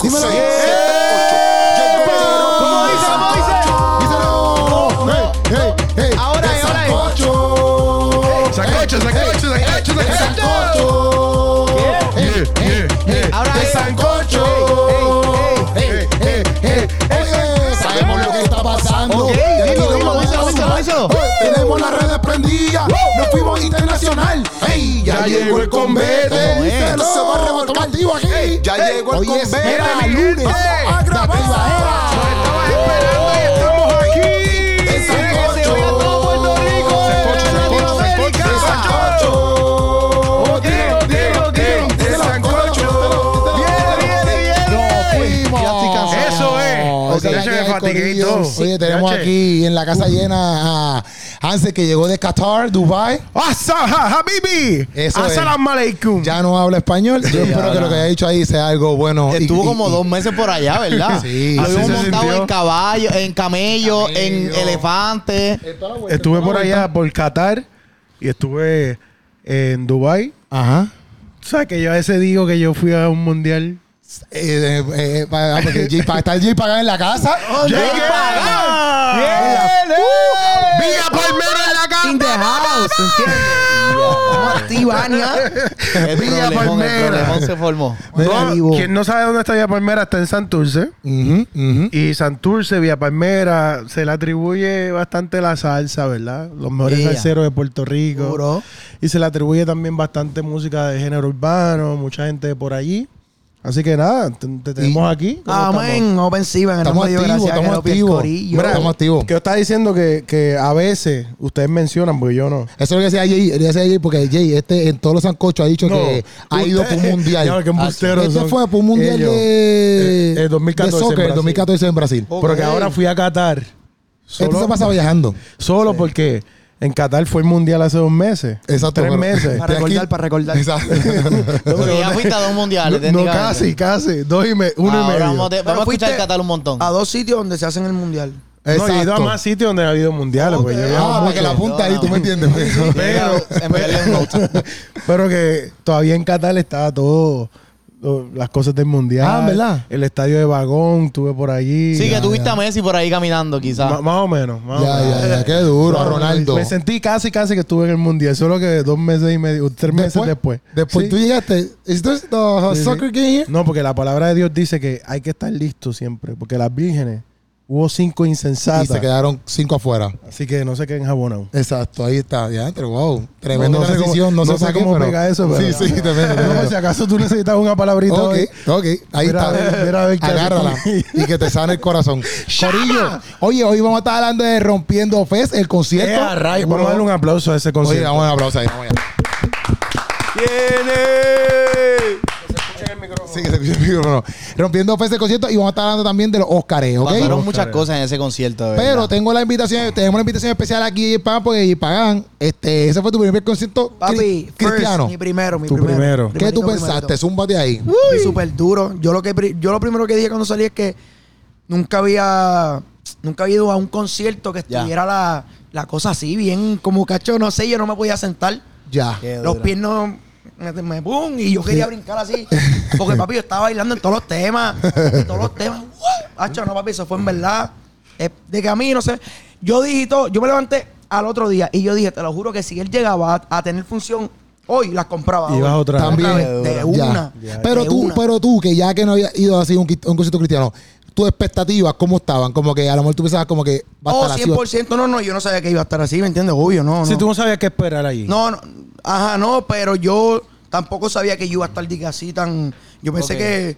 Dímelo. seis, ¡Eh! ocho. Llegó ¿Cómo el dice? ¿Cómo dice? sancocho. No, Díselo. Hey, hey, Ahora el es, ahora es. sancocho. Sancocho, Hey, sancocho, hey, sancocho, hey, el sancocho. sancocho. Hey, Yeah, hey, yeah, hey, yeah. Ahora el es. sancocho. Hey, hey, hey, oye, sabemos lo que está pasando. Ok, Y aquí dilo, lo dilo, vamos díselo, a díselo, sumar. díselo. Oye, Tenemos las redes prendidas, nos fuimos internacional. Hey, ya llegó el convete. ¿Cómo es? Se va a revolcar activo aquí. Ya llegó el Oye, es convete, mera mi lunes. gente. ¡Eh! Nos estabas esperando y estamos aquí. El sancocho. Que se oiga todo Puerto Rico. Sancocho, sancocho, Latinoamérica. sancocho, Eh, sancocho. Dilo, dilo, dilo. El sancocho. eh, Viene, viene, viene. Nos fuimos. Ya estoy cansado. Eso es. Oh, esa Ya es la se que me hay, fatigué y todo. Uh. corillo. Oye, tenemos Ya, che. aquí en la casa llena a Hansel que llegó de Qatar, Dubai. Asala, Habibi. Eso es. Asalamu alaikum. Ya no habla español. Yo espero que ahora. lo que haya dicho ahí sea algo bueno. y- Estuvo y- como y- dos meses por allá, ¿verdad? Sí. Lo Así vimos se montado sintió. en caballo, en camello, en Camello. elefante. Estuve por allá por Qatar y estuve en Dubai. Ajá. O sea, que yo a veces digo que yo fui a un mundial. Eh, eh, eh, para, ah, porque Jay Pagan- está el Jay Pagan en la casa. Jay Jay Pagan. Pagan. Uh, ¡Viva Palmera en la In the house, ¿entiendes? Estamos activos, Ania. El Villa problemón, el Palmera. problemón se formó. Mira, vivo. quien no sabe dónde está Villa Palmera está en Santurce. Ujú, ujú. Y Santurce, Villa Palmera, se le atribuye bastante la salsa, ¿verdad? Los mejores Ella. salseros de Puerto Rico. Duro. Y se le atribuye también bastante música de género urbano, mucha gente por allí. Así que nada, te, te tenemos aquí. ¿Cómo estamos? Amén. Ofensiva en el Estamos nombre de Dios. activos, Gracias, estamos Jeropi, el activos. corillo. Mira, estamos activos. Que está diciendo que, que a veces ustedes mencionan, porque yo no. Eso es lo que decía Jay, le decía Jay, porque Jay, este en todos los sancochos ha dicho No, que ha ido por un ustedes- mundial. Ya, qué embusteros este son fue por un mundial ellos. de, Eh, eh, 2014 de en soccer, Brasil. Oh, 2014 en Brasil. Porque ahora fui a Qatar. Este se pasa viajando. Solo porque en Qatar fue el mundial hace dos meses. Exacto. Tres pero- meses. de aquí- recordar, para recordar. Exacto. Porque ya fuiste a dos mundiales. no, técnicamente. casi, casi. Dos y me- uno y Ahora medio. Vamos, de- Pero vamos a escuchar fuiste- Catal un montón. a dos sitios donde se hacen el mundial. No, yo he ido a Exacto. más sitios donde ha habido mundiales, pues, yo viajo Ah, para mucho. que la punta ahí, tú me entiendes. pero- Enviarle un note. Pero que todavía en Qatar estaba todo, lo- las cosas del mundial. Ah, ¿verdad? El estadio de vagón, estuve por allí. Sí, que tuviste a Messi por ahí caminando, Ma- quizás. más o menos. más o Ya, menos. ya, ya, qué duro, a No, no, Ronaldo. Me sentí casi, casi que estuve en el mundial, solo que dos meses y medio, tres meses después. Después Sí. tú llegaste. ¿Es this the uh, Sí, sí. soccer game here? No, porque la palabra de Dios dice que hay que estar listo siempre, porque las vírgenes hubo cinco Y se insensatas. quedaron cinco afuera. Así que no se queden jabonados. Exacto, ahí está. Ya, pero wow. Tremenda no sé cómo- transición. No, no sé sé cómo cómo pega eso, pero- Sí, sí, tremendo. No, tremendo. si acaso tú necesitas una palabrita Ok, hoy. ok, ahí Mira, está. a ver, mira, a ver qué hace Agárrala con ella. y que te sane el corazón. Corillo, oye, hoy vamos a estar hablando de Rompiendo Fest, el Eh, concierto. a rayos, vamos a darle un aplauso a ese Oye, concierto. vamos a dar un aplauso ahí. Vamos allá. Sí, que se escuche el micrófono. Rompiendo Fest, el concierto, y vamos a estar hablando también de los Óscares, ¿ok? Pasaron Oscar, muchas eh. cosas en ese concierto, de verdad. Pero tengo la invitación, tenemos una invitación especial aquí de Pagan, porque Pagan, este, ese fue tu primer concierto cri- Papi, first, cristiano. mi primero, mi Tu primero. primero. ¿Qué tú Primerito, pensaste? primerito. Zúmbate ahí. Fui Súper duro. Yo lo, que, pri- yo lo primero que dije cuando salí es que nunca había nunca había ido a un concierto que Ya. estuviera la, la cosa así, bien como cacho, no sé, yo no me podía sentar. Ya. Qué Los duro. pies no... Me, me- boom, y yo quería brincar así. Porque papi, yo estaba bailando en todos los temas. En todos los temas. Hacho, no, papi, eso fue en verdad. Eh, de que a mí, no sé. Yo dije y todo, yo me levanté al otro día y yo dije, te lo juro que si él llegaba a, a tener función hoy, las compraba. hoy. Y vas otra vez. También. vez, de Ya. una. Ya. Pero de tú, una. pero tú, que ya que no había ido así a un, quit- a un concierto cristiano, tus expectativas, ¿cómo estaban? Como que a lo mejor tú pensabas como que va a Oh, estar así. 100%, no, no, yo no sabía que iba a estar así, ¿me entiendes? Obvio, no, Si no. tú no sabías qué esperar allí. No, no, ajá, no, pero yo tampoco sabía que yo iba a estar diga así tan. Yo pensé Ok. que. Es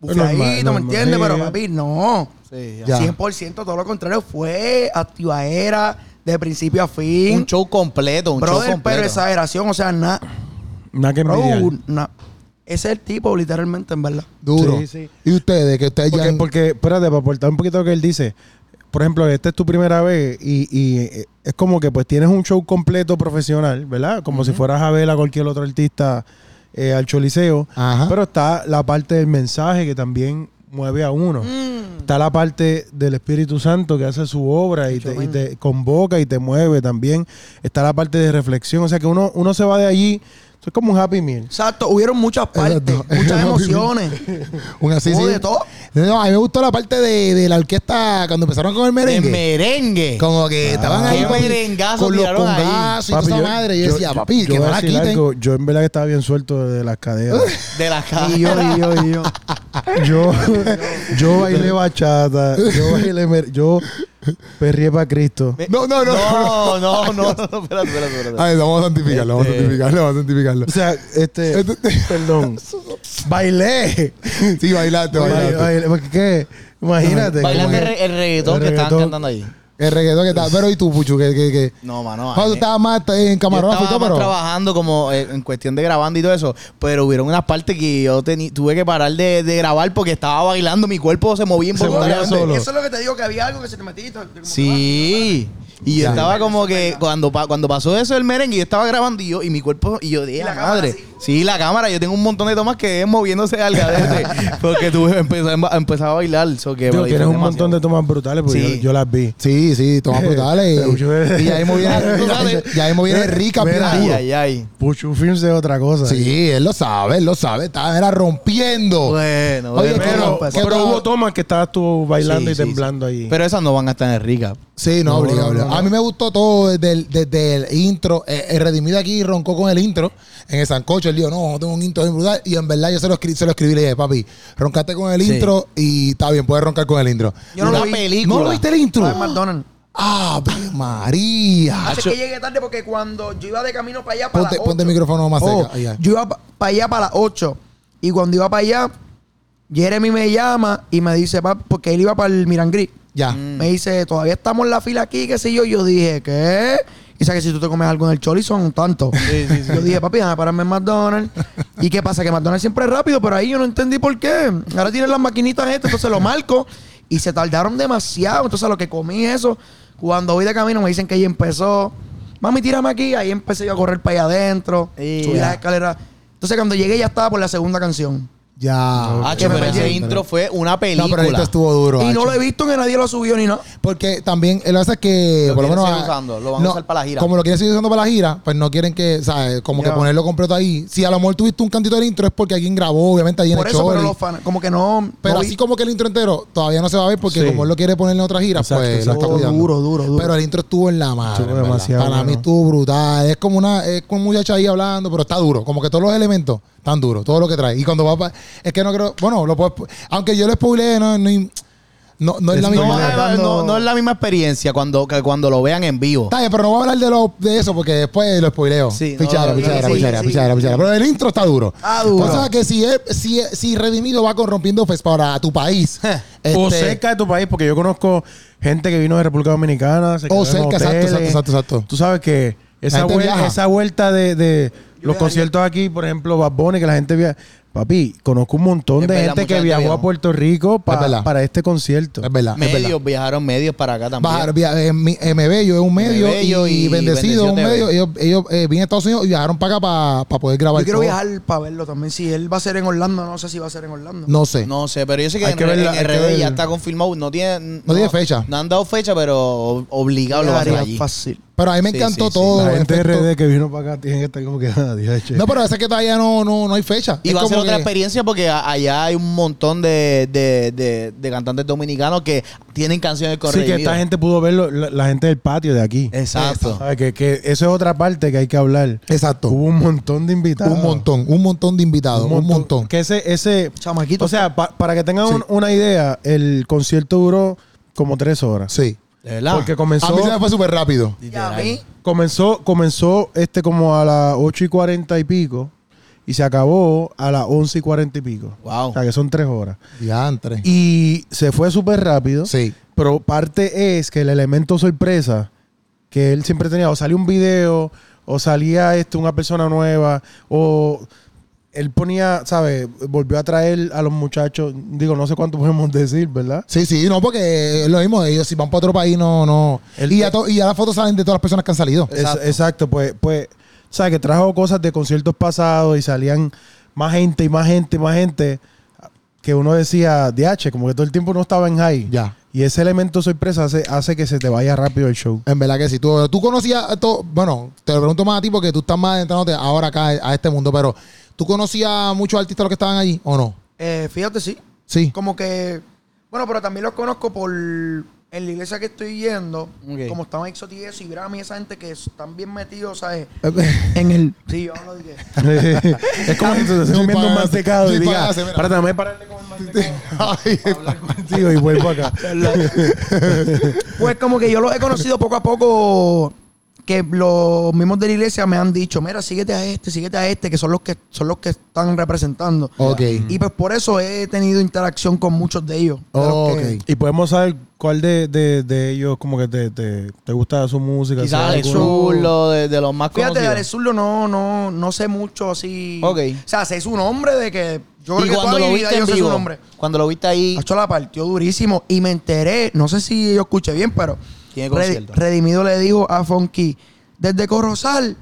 normal, bufeadito, ¿me normal. entiendes? Sí, Pero sí. papi, no. Sí, ya. Ya. 100% todo lo contrario. Fue activadera de principio a Un fin. show completo, un show Brother, completo. pero exageración, o sea, nada. Nada que envidiar. Ese es el tipo, literalmente, en verdad. Duro. Sí, sí. Y ustedes, que ustedes Porque, ya. porque, espérate, para aportar un poquito lo que él dice. Por ejemplo, esta es tu primera vez y, y, eh, es como que pues tienes un show completo profesional, ¿verdad? Como si fueras a ver a cualquier otro artista eh, al choliseo. Ajá. Pero está la parte del mensaje que también mueve a uno. Está la parte del Espíritu Santo que hace su obra y te, y te convoca y te mueve también. Está la parte de reflexión. O sea que uno, uno se va de allí Eso es como un happy meal. Exacto, hubieron muchas partes, Exacto. muchas emociones. Un así, Hubo sí. de todo. No, a mí me gustó la parte de, de la orquesta cuando empezaron con el El merengue. merengue. Como que estaban ahí qué con, merengazo con los tiraron ahí. congazos y toda esa madre. Yo, decía, papi, yo que voy no a la decir quiten. algo, yo en verdad que estaba bien suelto de las caderas. De la caja. Y yo, y yo, y yo. Yo, yo bailé bachata, yo bailé, mer- yo perrié para Cristo. No, no, no. No, no, no, no, espérate, espérate, A espérate. ver, vamos a santificarlo, vamos a Este- santificarlo, vamos a santificarlo. O sea, este, Este- perdón, bailé. Sí, bailaste, Bailé, bailaste. bailé, porque ¿qué? Imagínate. Bailando como el, que- re- el reggaetón el que estaban reggaetón. cantando ahí. El reggaetón que está. Pero y tú, Puchu, que. que, que No, mano. Juan, tú ahí- estabas más en Ah, yo camarógrafo y estaba todo, más pero. trabajando como eh, en cuestión de grabando y todo eso, pero hubieron unas partes que yo teni- tuve que parar de, de grabar porque estaba bailando, mi cuerpo se movía movía involuntariamente. solo. Eso es lo que te digo, que había algo que se te metía. y todo, como que, Sí. Y yo Sí. estaba como que cuando, pa- cuando pasó eso del merengue, yo estaba grabando y yo, y mi cuerpo, y yo dije, la cámara madre. así. Sí, la cámara, yo tengo un montón de tomas que es moviéndose al gadete. porque tú empezaba a bailar. So que Digo, me tienes disfruté un montón demasiado. de tomas brutales porque Sí. yo, yo las vi. Sí, sí, tomas brutales. Puchu es- y, y ahí me Ah, tú viene. sabes. Ya ahí me viene rica, bien Mira, Ay, duro. ay, ay. Puchu Films es otra cosa. Sí, él lo sabe, él lo sabe. Estaba era rompiendo. Bueno, Oye, bueno, Pero, Pues, pero ¿qué hubo otra- tomas que estabas tú bailando Sí, y sí, temblando ahí. Pero esas no van a estar en rica. Sí, no, No, obligado, no, obligado. no. A mí me gustó todo desde el, desde el intro. Eh, el redimido aquí roncó con el intro en el Sancocho. Él dijo, no, no tengo un intro bien brutal. Y en verdad yo se lo escribí, se lo escribí y le dije, papi, roncaste con el Sí. intro y está bien, puedes roncar con el intro. Yo no Una lo vi. película. ¿No lo viste el intro? Estaba en McDonald's. ¡Ah, María! Hace que llegué tarde porque cuando yo iba de camino para allá, para Ponte, las ponte el ocho, micrófono más Oh, cerca. ahí, ahí. yo iba para allá para las 8. Y cuando iba para allá, Jeremy me llama y me dice, "Pap", porque él iba para el Mirangri. Ya. Mm. Me dice, todavía estamos en la fila aquí, qué sé yo. Yo dije, ¿qué? Y sabe que si tú te comes algo en el Choli son tanto. Yo dije, papi, déjame pararme en McDonald's. ¿Y qué pasa? Que McDonald's siempre es rápido, pero ahí yo no entendí por qué. Ahora tienen las maquinitas estas, entonces lo marco. Y se tardaron demasiado. Entonces lo que comí eso, cuando voy de camino me dicen que ahí empezó. Mami, tírame aquí. Ahí empecé yo a correr para allá adentro. Ya. Subí las escaleras. Entonces cuando llegué ya estaba por la segunda canción. Ya. Ah, Que me pero ese perdí. intro fue una película. No, pero el intro estuvo duro. y no Hacho. lo he visto que nadie lo subió ni nada. Porque también él hace que. Lo por lo quieren menos. seguir ah, usando, lo van a usar para la gira. Como lo quieren seguir usando para la gira, pues no quieren que, ¿sabes? Como Ya. que ponerlo completo ahí. Si a lo mejor tuviste un cantito del intro es porque alguien grabó, obviamente, ahí en Por el eso, show. pero los fans, como que no. Pero no vi. así como que el intro entero todavía no se va a ver porque Sí. como él lo quiere poner en otra gira, Exacto, pues lo exacto. está Oh, cuidando. duro, duro, duro. Pero el intro estuvo en la madre. Estuvo en verdad. demasiado Para mí bueno. estuvo brutal. Es como una, es como un muchacho ahí hablando, pero está duro. Como que todos los elementos están duros, todo lo que trae. Y cuando va pa- es que no creo, bueno, lo puedo, aunque yo lo spoileé, no, no, no, no es la No, misma. No, no, no, no es la misma experiencia cuando, que cuando lo vean en vivo. Está bien, pero no voy a hablar de, lo, de eso porque después lo spoileo. Sí, no, pichara, no, no, pichara, sí, pichara, sí. pichara, pichara. Pero el intro está duro. Ah, duro. O sea que si, es- si, es- si Redimido va corrompiendo pues, para tu país. o este, cerca de tu país, porque yo conozco gente que vino de República Dominicana. Se O quedó en cerca, exacto, hoteles. exacto, exacto, exacto. Tú sabes que esa, gente vuel- viaja. esa vuelta de, de los viajaría. conciertos aquí, por ejemplo, Bad Bunny, que la gente viaja. Papi, conozco un montón Es de verdad, gente mucha que gente viajó viajó. a Puerto Rico pa- Es verdad. para este concierto. Es verdad, es verdad. medios, viajaron medios para acá también. Bajar, via- eh, mi- eh, me bello es un medio Bello y, y bendecido es un Bendecido medio. TV. Ellos, ellos eh, vienen a Estados Unidos y viajaron para acá para poder grabar. Yo quiero todo. viajar para verlo también. Si él va a ser en Orlando, no sé si va a ser en Orlando. No sé. No sé, pero yo sé que, Hay en, que re- verla, en hay que RD ya verla. está confirmado. No tiene, tiene fecha. No han dado fecha, pero ob- obligado lo va a hacer Llegaría allí. fácil. Pero a mí me Sí, encantó sí, sí. todo. La gente de efecto. RD que vino para acá tiene que estar como que ah, diache. No, pero a veces que todavía no, no, no hay fecha. Y Es va a ser como otra que- experiencia porque a- allá hay un montón de, de, de, de cantantes dominicanos que tienen canciones con Sí, que Redimido. esta gente pudo verlo, la, la gente del patio de aquí. Exacto. ¿Sabes? Que, que eso es otra parte que hay que hablar. Exacto. Hubo un montón de invitados. Un montón, un montón de invitados, un montón. Que ese, ese Chamaquito. O sea, pa- para que tengan Sí. un- una idea, el concierto duró como tres horas. Sí. De verdad. Porque A mí se me comenzó, fue súper rápido. Y a mí, comenzó, comenzó este como a las 8 y 40 y pico y se acabó a las 11 y 40 y pico. Wow. O sea, que son tres horas. Diantre. Y se fue súper rápido. Sí. Pero parte es que el elemento sorpresa que él siempre tenía, o salía un video, o salía este, una persona nueva, o él ponía, ¿sabes? Volvió a traer a los muchachos, digo, no sé cuánto podemos decir, ¿verdad? Sí, sí, no, porque es lo mismo. Ellos si van para otro país, no, no. El- y, ya to- y ya las fotos salen de todas las personas que han salido. Es- Exacto, pues, pues, ¿sabes? Que trajo cosas de conciertos pasados y salían más gente y más gente y más gente, que uno decía, DH, como que todo el tiempo no estaba en high. Ya. Y ese elemento sorpresa hace, hace que se te vaya rápido el show. En verdad que sí. Tú, tú conocías esto. Bueno, te lo pregunto más a ti porque tú estás más adentrándote ahora acá a este mundo, pero ¿tú conocías a muchos artistas los que estaban allí o no? Eh, fíjate, sí. Sí. Como que. Bueno, pero también los conozco por. En la iglesia que estoy yendo, Ok. como están Exotides y Grammy, esa gente que están bien metidos, ¿sabes? en el. Sí, yo lo dije. es como si te estés Sí, comiendo un pagase, mantecado y sí, digas, pagase, mira. espérate, dame pararle con el mantecado Ay, para hablar contigo y vuelvo acá. Pues como que yo los he conocido poco a poco que los mismos de la iglesia me han dicho, mira, síguete a este, síguete a este, que son los que son los que están representando. Ok. Y pues por eso he tenido interacción con muchos de ellos. de los Oh, Ok. que- Y podemos saber cuál de, de- de ellos como que te, te- te gusta su música. si hay Quizás Alex alguno. Zurlo, de, de los más Fíjate, de conocidos. Alex Zurdo no, no, no sé mucho así. Ok. O sea, sé su nombre de que yo creo y que cuando toda lo mi vida viste en yo sé su vivo, nombre. cuando lo viste ahí, Hacho la partió durísimo y me enteré, no sé si yo escuché bien, pero Tiene Redi- concierto. Redimido le dijo a Fonky, desde Corozal.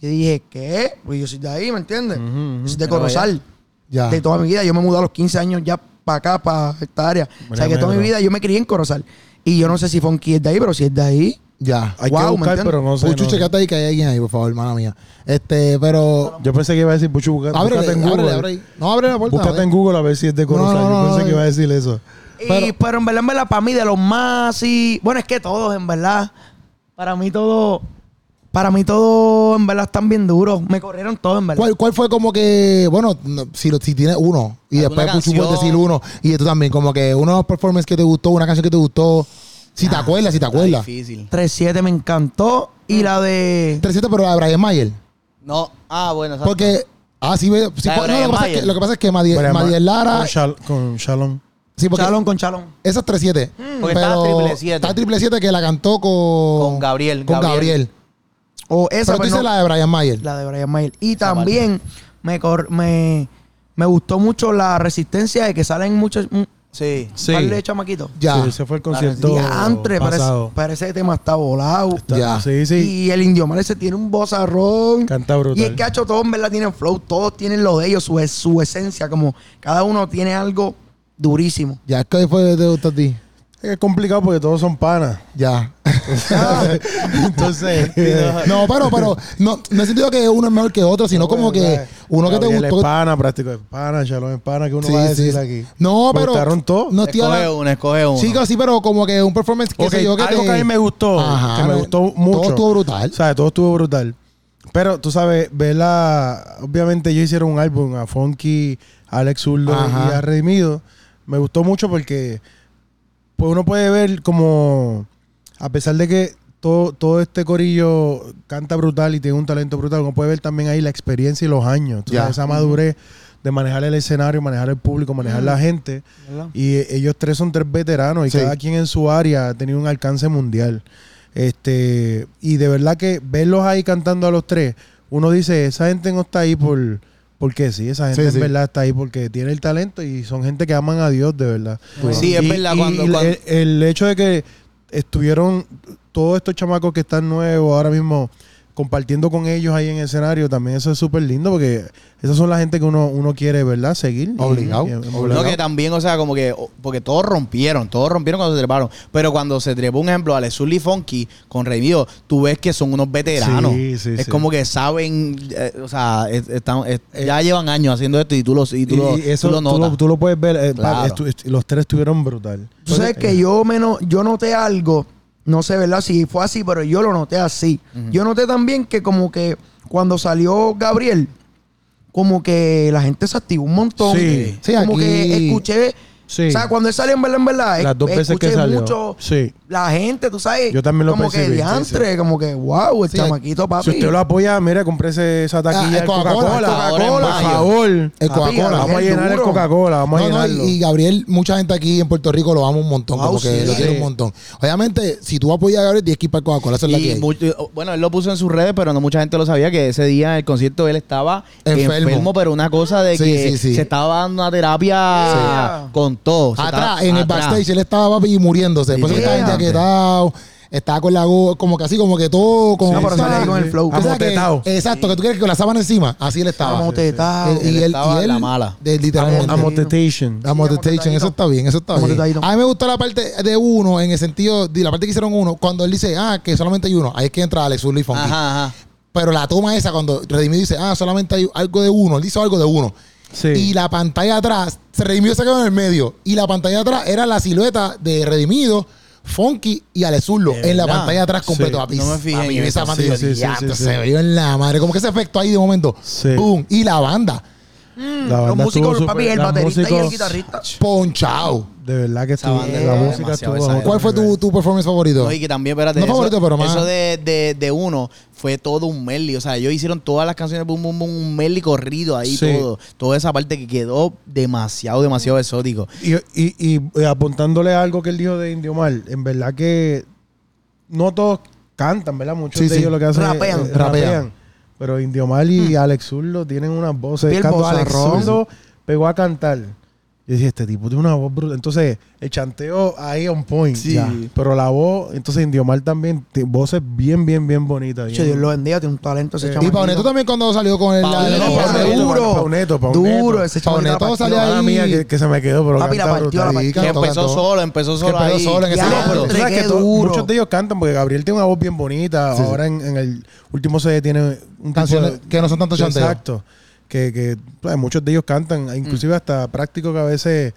Y dije, ¿qué? Pues yo soy de ahí, ¿me entiendes? Ujú, ujú. Yo soy de Mira Corozal. Ya. De toda mi vida, yo me mudé a los 15 años ya para acá, para esta área. o sea, Mira, que toda mi negro. vida yo me crié en Corozal. Y yo no sé si Fonky es de ahí, pero si es de ahí. Ya. Hay Wow, ¿me que buscar, entiendes? pero no sé. Puchu, no sé. checate ahí que hay alguien ahí, por favor, hermana mía. Este, pero. Yo pensé que iba a decir, Puchu, busca- Ábrele, búscate en ábrele, Google. abre ahí. No, abre la puerta. Búscate abre. en Google a ver si es de Corozal. ¿eh? No, no, Yo no, pensé no, eh, que no. iba a decir eso. Y, Pero- pero, en verdad, en verdad, para mí de los más y Bueno, es que todos, en verdad. Para mí todo. Para mí todo, en verdad, están bien duros. Me corrieron todos, en verdad. ¿Cuál, ¿Cuál fue como que, bueno, no, si, lo- si tienes uno y ¿Alguna después Puchu puedes canción? decir uno y tú también, como que uno de los performances que te gustó, una canción que te gustó, si te acuerdas, si te Ah, está acuerdas. difícil. 3-7 me encantó. Y la de. 37, pero la de Brian Mayer. No, ah, bueno, exacto. Porque, ah, sí, ve- sí, La de no, lo, que Brian pasa es que, Mayer. lo que pasa es que Madiel, Pero además, Madiel eh, Lara, Con, Shal- con Shalom. sí, porque Chalón con Chalón. esas 37. Mm, Porque pero estaba triple siete. Está triple 7 que la cantó con, Con Gabriel, Con Gabriel. Gabriel. O Pero esa tú pues, no, dices la... la de Brian Mayer. de Brian Mayer. Y también me, cor- me, me gustó mucho la resistencia de que salen muchos. Un Sí. Sí. par de chamaquitos. ya. Sí, ese fue el concierto Diantre, parece, pasado. parece que tema está volado. Está- Ya. Sí, sí. Y el indio mal ese tiene un bozarrón. Canta brutal. Y el cacho, todos en verdad tienen flow, todos tienen lo de ellos, su, es- su esencia, como cada uno tiene algo durísimo. Ya, ¿qué fue te gustó a ti? Es complicado porque todos son panas. Ya. Entonces, No, pero, pero, no, no he sentido que uno es mejor que otro, sino como que uno que te Gabriel gustó. Es pana, práctico es pana, Shalom es pana, que uno Sí, va a sí, decir sí. aquí. No, Me pero. gustaron todos. No estoy Escoge hablando. uno, escoge uno. Sí, sí, pero como que un performance que Ok, sé yo que algo te- que a mí me gustó, Ajá, que me no, gustó todo mucho. estuvo brutal. O sea, todo estuvo brutal. Pero tú sabes, ver la. Obviamente, ellos hicieron un álbum a Funky, a Alex Zurdo Ajá. y a Redimido. Me gustó mucho porque. Pues uno puede ver como. A pesar de que todo, todo este corillo canta brutal y tiene un talento brutal, uno puede ver también ahí la experiencia y los años. Tú Ya. sabes, esa madurez de manejar el escenario, manejar el público, manejar la gente. Y eh, ellos tres son tres veteranos y Sí. cada quien en su área ha tenido un alcance mundial. Este, y de verdad que verlos ahí cantando a los tres, uno dice, esa gente no está ahí por porque sí, esa gente Sí, en sí. verdad está ahí porque tiene el talento y son gente que aman a Dios de verdad. Sí, es Y- verdad, y cuando- el- cuando- El, hecho de que estuvieron todos estos chamacos que están nuevos ahora mismo compartiendo con ellos ahí en el escenario, también eso es súper lindo porque esas son la gente que uno, uno quiere, ¿verdad? Seguir. y- Obligado, y- y- obligado. No, que también, o sea, como que, o- porque todos rompieron, todos rompieron cuando se treparon. Pero cuando se trepó, un ejemplo, Alex Zully Funky con Revido, tú ves que son unos veteranos. Sí, sí, es sí. como que saben, eh, o sea, es- están- es- ya llevan años haciendo esto y tú lo, y tú lo, Y eso tú lo tú notas. lo, tú lo puedes ver. eh, Claro. estu- estu- los tres estuvieron brutal. Tú sabes eh. que yo menos, yo noté algo, no sé, ¿verdad? Si fue así, pero yo lo noté así. Yo noté también que como que cuando salió Gabriel, como que la gente se activó un montón. Sí. Sí, como aquí- que escuché, Sí. o sea, cuando él salió en verdad, en verdad, Las dos eh, veces que escuché salió. mucho Sí. la gente, tú sabes, Yo también lo como percibí, sí, que diantre, como que wow, el Sí, chamaquito papi. Si usted lo apoya, mira, compré ese- esa Ah, taquilla el de Coca-Cola, Coca-Cola. el Coca-Cola, Por mayo. favor. El Papi, Coca-Cola, Vamos a es llenar el duro. Coca-Cola. Vamos a No, no, y- llenarlo. y Gabriel, mucha gente aquí en Puerto Rico lo ama un montón, Wow, como que sí. lo quiere un montón. Obviamente, si tú apoyas a Gabriel, tienes que ir para el Coca-Cola, esa es la que Y hay. mucho- oh, bueno, él lo puso en sus redes, pero no mucha gente lo sabía que ese día en el concierto él estaba Enfermo. enfermo, pero una cosa de Sí, que sí, sí. se estaba dando una terapia Yeah. con todo. se Atrás, estaba- en el atrás. backstage, él estaba papi, muriéndose. Por eso que estaba enjaquetado. Literalmente. estaba con la go- como que así, como que todo. Como No, pero ¿sabes? sale ahí con el flow. Tú sabes que- Amotetao. exacto, que tú quieres que la sábana encima. Así él estaba. Vamos, te está. Eh, Él estaba en la mala. de- literalmente. Amo- Amotetation. Vamos Sí, de vamos Station, eso está bien, eso está Vamos bien. de Taito. A mí me gustó la parte de uno, en el sentido, de la parte que hicieron uno, cuando él dice, ah, que solamente hay uno, ahí es que entra Alex Urli Funky. Ajá, ajá. Pero la toma esa, cuando Redimido dice, ah, solamente hay algo de uno, él hizo algo de uno. Sí. Y la pantalla atrás, se Redimido se quedó en el medio. Y la pantalla atrás era la silueta de Redimido, Funky y Alex Urlo en la verdad? pantalla atrás completo. Sí. papi. No me fijé Papi, en esa eso. pantalla, Sí, sí, sí, diantre, sí, sí. se me dio en la madre. Como que ese efecto ahí de momento. Sí. Boom. Y la banda, La Los banda músicos, estuvo papi, super- el los baterista y el músicos- guitarrista. ponchao. De verdad que Esa estuvo, banda la era música demasiado estuvo. a exagerada. ¿Cuál fue tu, tu performance favorito? No, y que también, espérate. No eso- favorito, pero más. Eso de, de, de uno fue todo un medley. O sea, ellos hicieron todas las canciones boom, boom, boom, un medley corrido ahí, Sí. todo. Toda esa parte que quedó demasiado, demasiado exótico. Y, y- y, eh, apuntándole a algo que él dijo de Indio Mal, en verdad que no todos cantan, ¿verdad? Muchos Sí, de sí. ellos lo que hacen Rapean. es, eh, rapean. Pero Indio Mal y Alex Zurdo tienen unas voces. Piel Cuando Alex bozarrón. Zurdo pegó a cantar, yo dije, este tipo tiene una voz brutal. Entonces, el chanteo ahí on point. Sí. ya. Pero la voz, entonces Indio Mal también, ti- voces bien, bien, bien bonitas. bien- Che, Dios lo bendiga, tiene un talento ese Sí. chamaco. Y Pauneto también cuando salió con el... Paulito, el- Pauneto, el- Pauneto, duro. Pauneto, Pauneto. Duro ese chamaco. Pauneto la salió partió. Mala ahí. mía que, que se me quedó, pero Papi, la canta partió, la brutal. partió. Que cantó, empezó cantó. solo, empezó solo empezó ahí. solo en ese Ya, No, momento. pero tú Diantre, sabes qué que to- duro. muchos de ellos cantan porque Gabriel tiene una voz bien bonita. Sí, sí. Ahora En, en el último CD tiene un Canciones tipo de- que no son tanto chanteo. Exacto. Que, que pues, muchos de ellos cantan, Mm. inclusive hasta práctico que a veces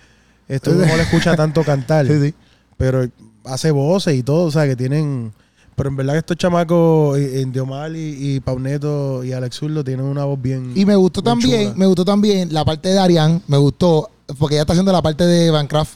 esto no le escucha tanto cantar. Sí, sí. Pero hace voces y todo, o sea, que tienen. Pero en verdad que estos chamacos, eh, eh, Diomal y, y Pauneto y Alex Zurdo tienen una voz bien. Y me gustó bien también, chula. me gustó también la parte de Darian, me gustó, porque ella está haciendo la parte de Bancraft.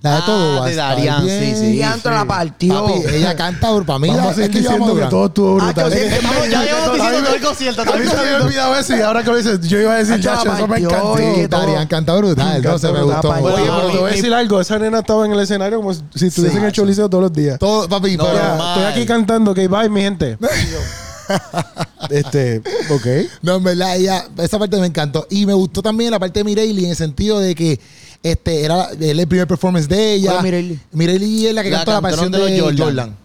La de Ah, todo. de Darian, sí, sí. Y Antro la partió. Papi, ella canta, bro, para mí Vamos la- a seguir es que yo amo diciendo que Durán. todo estuvo Ah, brutal. yo siempre- Estamos- ya llevamos diciendo todo el concierto. A mí se me había olvidado eso y ahora que lo dices, yo iba a decir, Ah, chacho, eso me partió, encantó. y Sí, que todo. Darian canta brutal, Canta no se me brutal, gustó. pa' mucho. Oye, Oye, pero pero mi- te voy a mi- decir algo. Esa nena estaba en el escenario como si estuviesen hecho liceo todos los días. Todo, papi, No, pero- ma- Estoy aquí Ay. cantando, que bye, mi gente. este, ok. No, en verdad, ella, esa parte me encantó. Y me gustó también la parte de Mireille en el sentido de que este era él el primer performance de ella. ¿Cuál es Mireille? Mireille es la que La cantó la cantaron pasión de de, los Jordan. Jordan.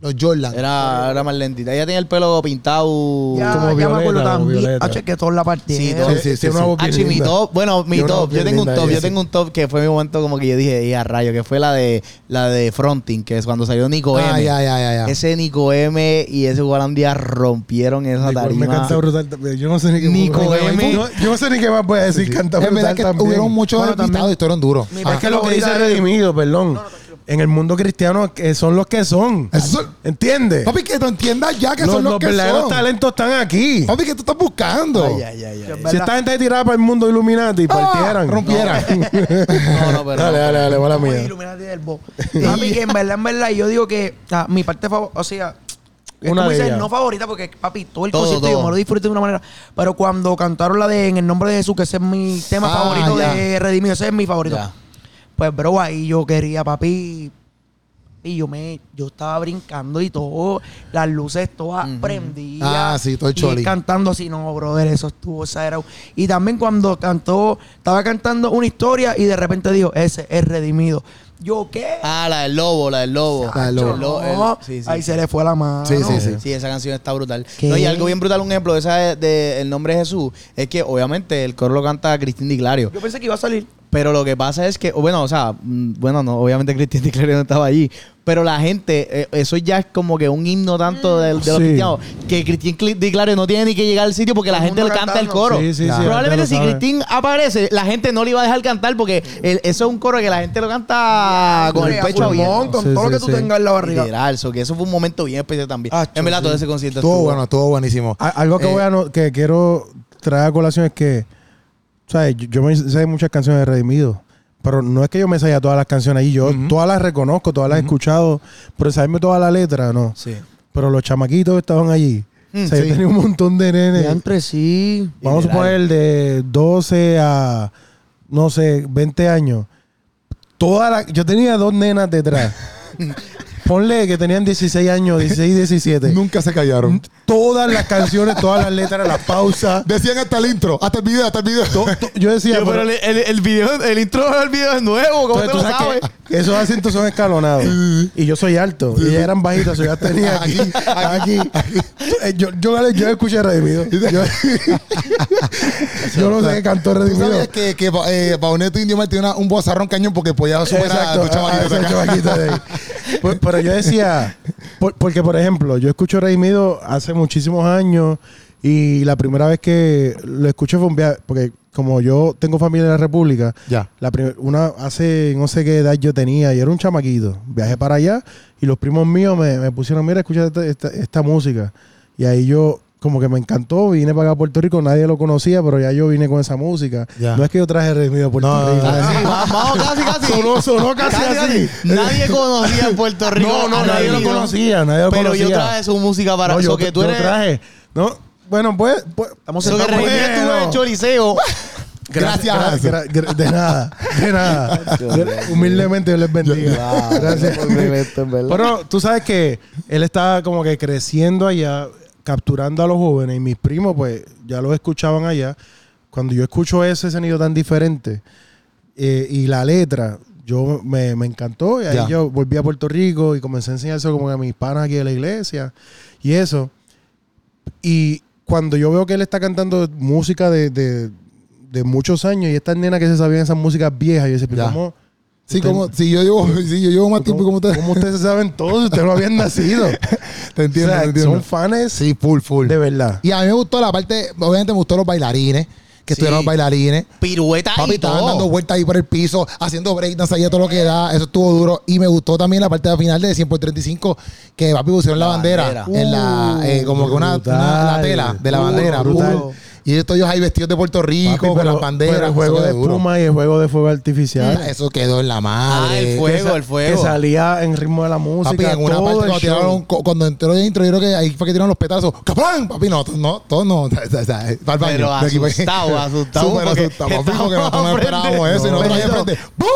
Los Jordan. Era, era más lentita. Ella tenía el pelo pintado. Ya, como ya Violeta, me acuerdo como también. Violeta. Ah, che, que todos la partieron. Sí, todos. Sí, sí, sí, Tiene sí. una Ah, voz bien Hachi, mi linda. top, bueno, mi Yo no, top, yo bien tengo un linda top, ella, yo tengo sí. un top que fue mi momento como que yo dije, y a rayo, que fue la de la de Fronting, que es cuando salió Nico M. Ay, ay, ay, ay, ay. Ese Nico M y ese Gualandía rompieron esa Nicole me tarima. canta brutal. también. Yo no sé ni qué Nico Yo- M. Yo, no sé ni qué más voy a decir. Canta Es brutal verdad que también. hubieron muchos Bueno, invitados también. y estuvieron duros. Mi- Ah, Es que lo que dice Redimido, perdón. en el mundo cristiano que son los que son. esos son- ¿Entiendes? papi, que tú entiendas ya que los, son los, los que verdaderos son. talentos están aquí. Papi, que tú estás buscando. Ay, ay, ay, ay. Si esta gente tirada para el mundo Illuminati, partieran. rompieran. No, no, pero. Dale, dale, dale, mala mía. Illuminati del Bo. Papi, que en verdad, en verdad, yo digo que ah, mi parte favorita, o sea, es Una como de dices, ellas. no favorita, porque papi, todo el Todo, concierto yo todo. me lo disfruté de una manera. Pero cuando cantaron la de En el nombre de Jesús, que ese es mi tema Ah, favorito ya. de Redimido, ese es mi favorito. Ya. Pues, bro, ahí yo quería, papi. Y yo me, yo estaba brincando y todo, las luces todas prendidas. Ah, sí, todo el y choli. él cantando así, no, brother, eso estuvo, o sea, era un- Y también cuando cantó, estaba cantando una historia y de repente dijo, ese es redimido. Yo, ¿qué? Ah, la del lobo, la del lobo. La del Yo, lobo. El no. lo- el- sí, sí. Ahí se le fue la mano. Sí, sí, sí. Sí, esa canción está brutal. ¿Qué? No, y algo bien brutal, un ejemplo de esa de, de El nombre de Jesús, es que obviamente el coro lo canta Cristín Di Clario. Yo pensé que iba a salir. Pero lo que pasa es que, o bueno, o sea, mm, bueno, no, obviamente Cristian Di Clario no estaba allí. Pero la gente, eh, eso ya es como que un himno Mm. tanto del- de, los Sí. cristianos que Cristian Cli- Di Clario no tiene ni que llegar al sitio porque la Todo el gente le mundo canta el cantando. coro. Sí, sí, sí, la Probablemente gente si lo sabe. Cristín aparece, la gente no le iba a dejar cantar porque el- eso es un coro que la gente lo canta Ah, con el Oye, a pecho pulmón, abierto. Con Sí, sí, todo lo que tú sí. tengas en la barriga. Literal, so que eso fue un momento bien especial también. Ah, en verdad, sí. todo ese concierto Estuvo estuvo- bueno, estuvo buenísimo. A- Algo que, voy a no- que quiero traer a colación es que, ¿sabes? Yo, yo me sé muchas canciones de Redimido, pero no es que yo me sabía todas las canciones ahí. Yo todas las reconozco, todas las he escuchado, pero saberme toda la letra, no. Sí. Pero los chamaquitos que estaban allí. Mm, o sea, sí. yo tenía un montón de nenes. Ya entre sí. Vamos a Literal. suponer de 12 a, no sé, 20 años. Toda la, yo tenía dos nenas detrás. Ponle que tenían 16 años, 16, 17. Nunca se callaron. Todas las canciones, todas las letras, las pausas. Decían hasta el intro, hasta el video, hasta el video. to- to- yo decía, Yo, pero pero- el, el, el video, el intro del video es nuevo, ¿cómo Entonces, te tú lo sabes sabes? que esos asientos son escalonados. y yo soy alto. Y ellas eran bajitas. Yo las tenía aquí. aquí, Eh, Yo, yo, yo escuché Redimido. Yo, yo no sé qué cantó Tú Redimido. sabías que, que eh, Pauneto Indio Mal tenía una- un bozarrón cañón porque podía superar Exacto, ah, a tu chamaquito a esa acá. chamaquita de ahí. Por- pero yo decía, por- porque por ejemplo, yo escucho Redimido hace muchísimos años y la primera vez que lo escuché fue un viaje, porque como yo tengo familia en la República, Ya. la prim- una hace no sé qué edad yo tenía y era un chamaquito. Viajé para allá y los primos míos me, me pusieron, mira, escucha esta, esta- esta música. Y ahí yo como que me encantó, vine para acá a Puerto Rico, nadie lo conocía, pero ya yo vine con esa música. Ya. No es que yo traje Redimido a Puerto No, Rico. no, Sí, va- Vamos casi, casi. Eh. Sonó- sonó casi así. Nadie conocía en Puerto Rico. No, no, a nadie lo Redimido, conocía, nadie lo Pero yo conocía. traje su música para No, eso yo, que tú yo eres. traje. No, bueno, pues. pues Estamos en que estamos Redimido estuvo en el bueno. choriceo. Gracias, Gra- Hanson. gra- gra- de nada, de nada. Humildemente Dios les bendiga. Gracias. Pero tú sabes que él está como que creciendo allá, capturando a los jóvenes y mis primos pues ya los escuchaban allá. Cuando yo escucho ese sonido tan diferente eh, y la letra, yo me, me encantó y ahí Ya. yo volví a Puerto Rico y comencé a enseñar eso como a mis panas aquí de la iglesia y eso. Y cuando yo veo que él está cantando música de, de- de muchos años y estas nenas que se sabían esas músicas viejas, yo decía, Ya. ¿cómo, Sí, Usted- como, sí, yo llevo, sí, yo llevo más tiempo como cómo, ustedes. cómo ustedes se saben todo? Ustedes no habían nacido. Te entiendo, O sea, te entiendo. Son fans Sí, full, full. de verdad. Y a mí me gustó la parte, obviamente me gustó los bailarines, que estuvieron los bailarines. Pirueta Papi, y todo. estaban dando vueltas ahí por el piso, haciendo breakdance ahí a todo lo que da. Eso estuvo duro. Y me gustó también la parte de la final de 100 por 35, que papi pusieron la, La bandera, bandera. en la, eh, como que una, Uh, brutal. una- la tela de la Duro, bandera. brutal. duro. Y estos ellos ahí vestidos de Puerto Rico, Papi, con pero- las banderas. pero el eso juego quedó de duro. espuma y el juego de fuego artificial. Ah, Eso quedó en la Ah, el madre. fuego, que sa- el fuego. Que salía en ritmo de la música. Papi, en una todo parte el cuando, show. tiraron, cu- cuando entró el intro, yo creo que ahí fue que tiraron los petazos. ¡Caplan! Papi, no, no, todos no. Para el eh, baño. Pero De aquí para- asustado, asustado, Súper porque asustado, papi, estábamos porque nosotros no frente. esperábamos eso. y No, nosotros ahí bendito. enfrente. ¡Bum!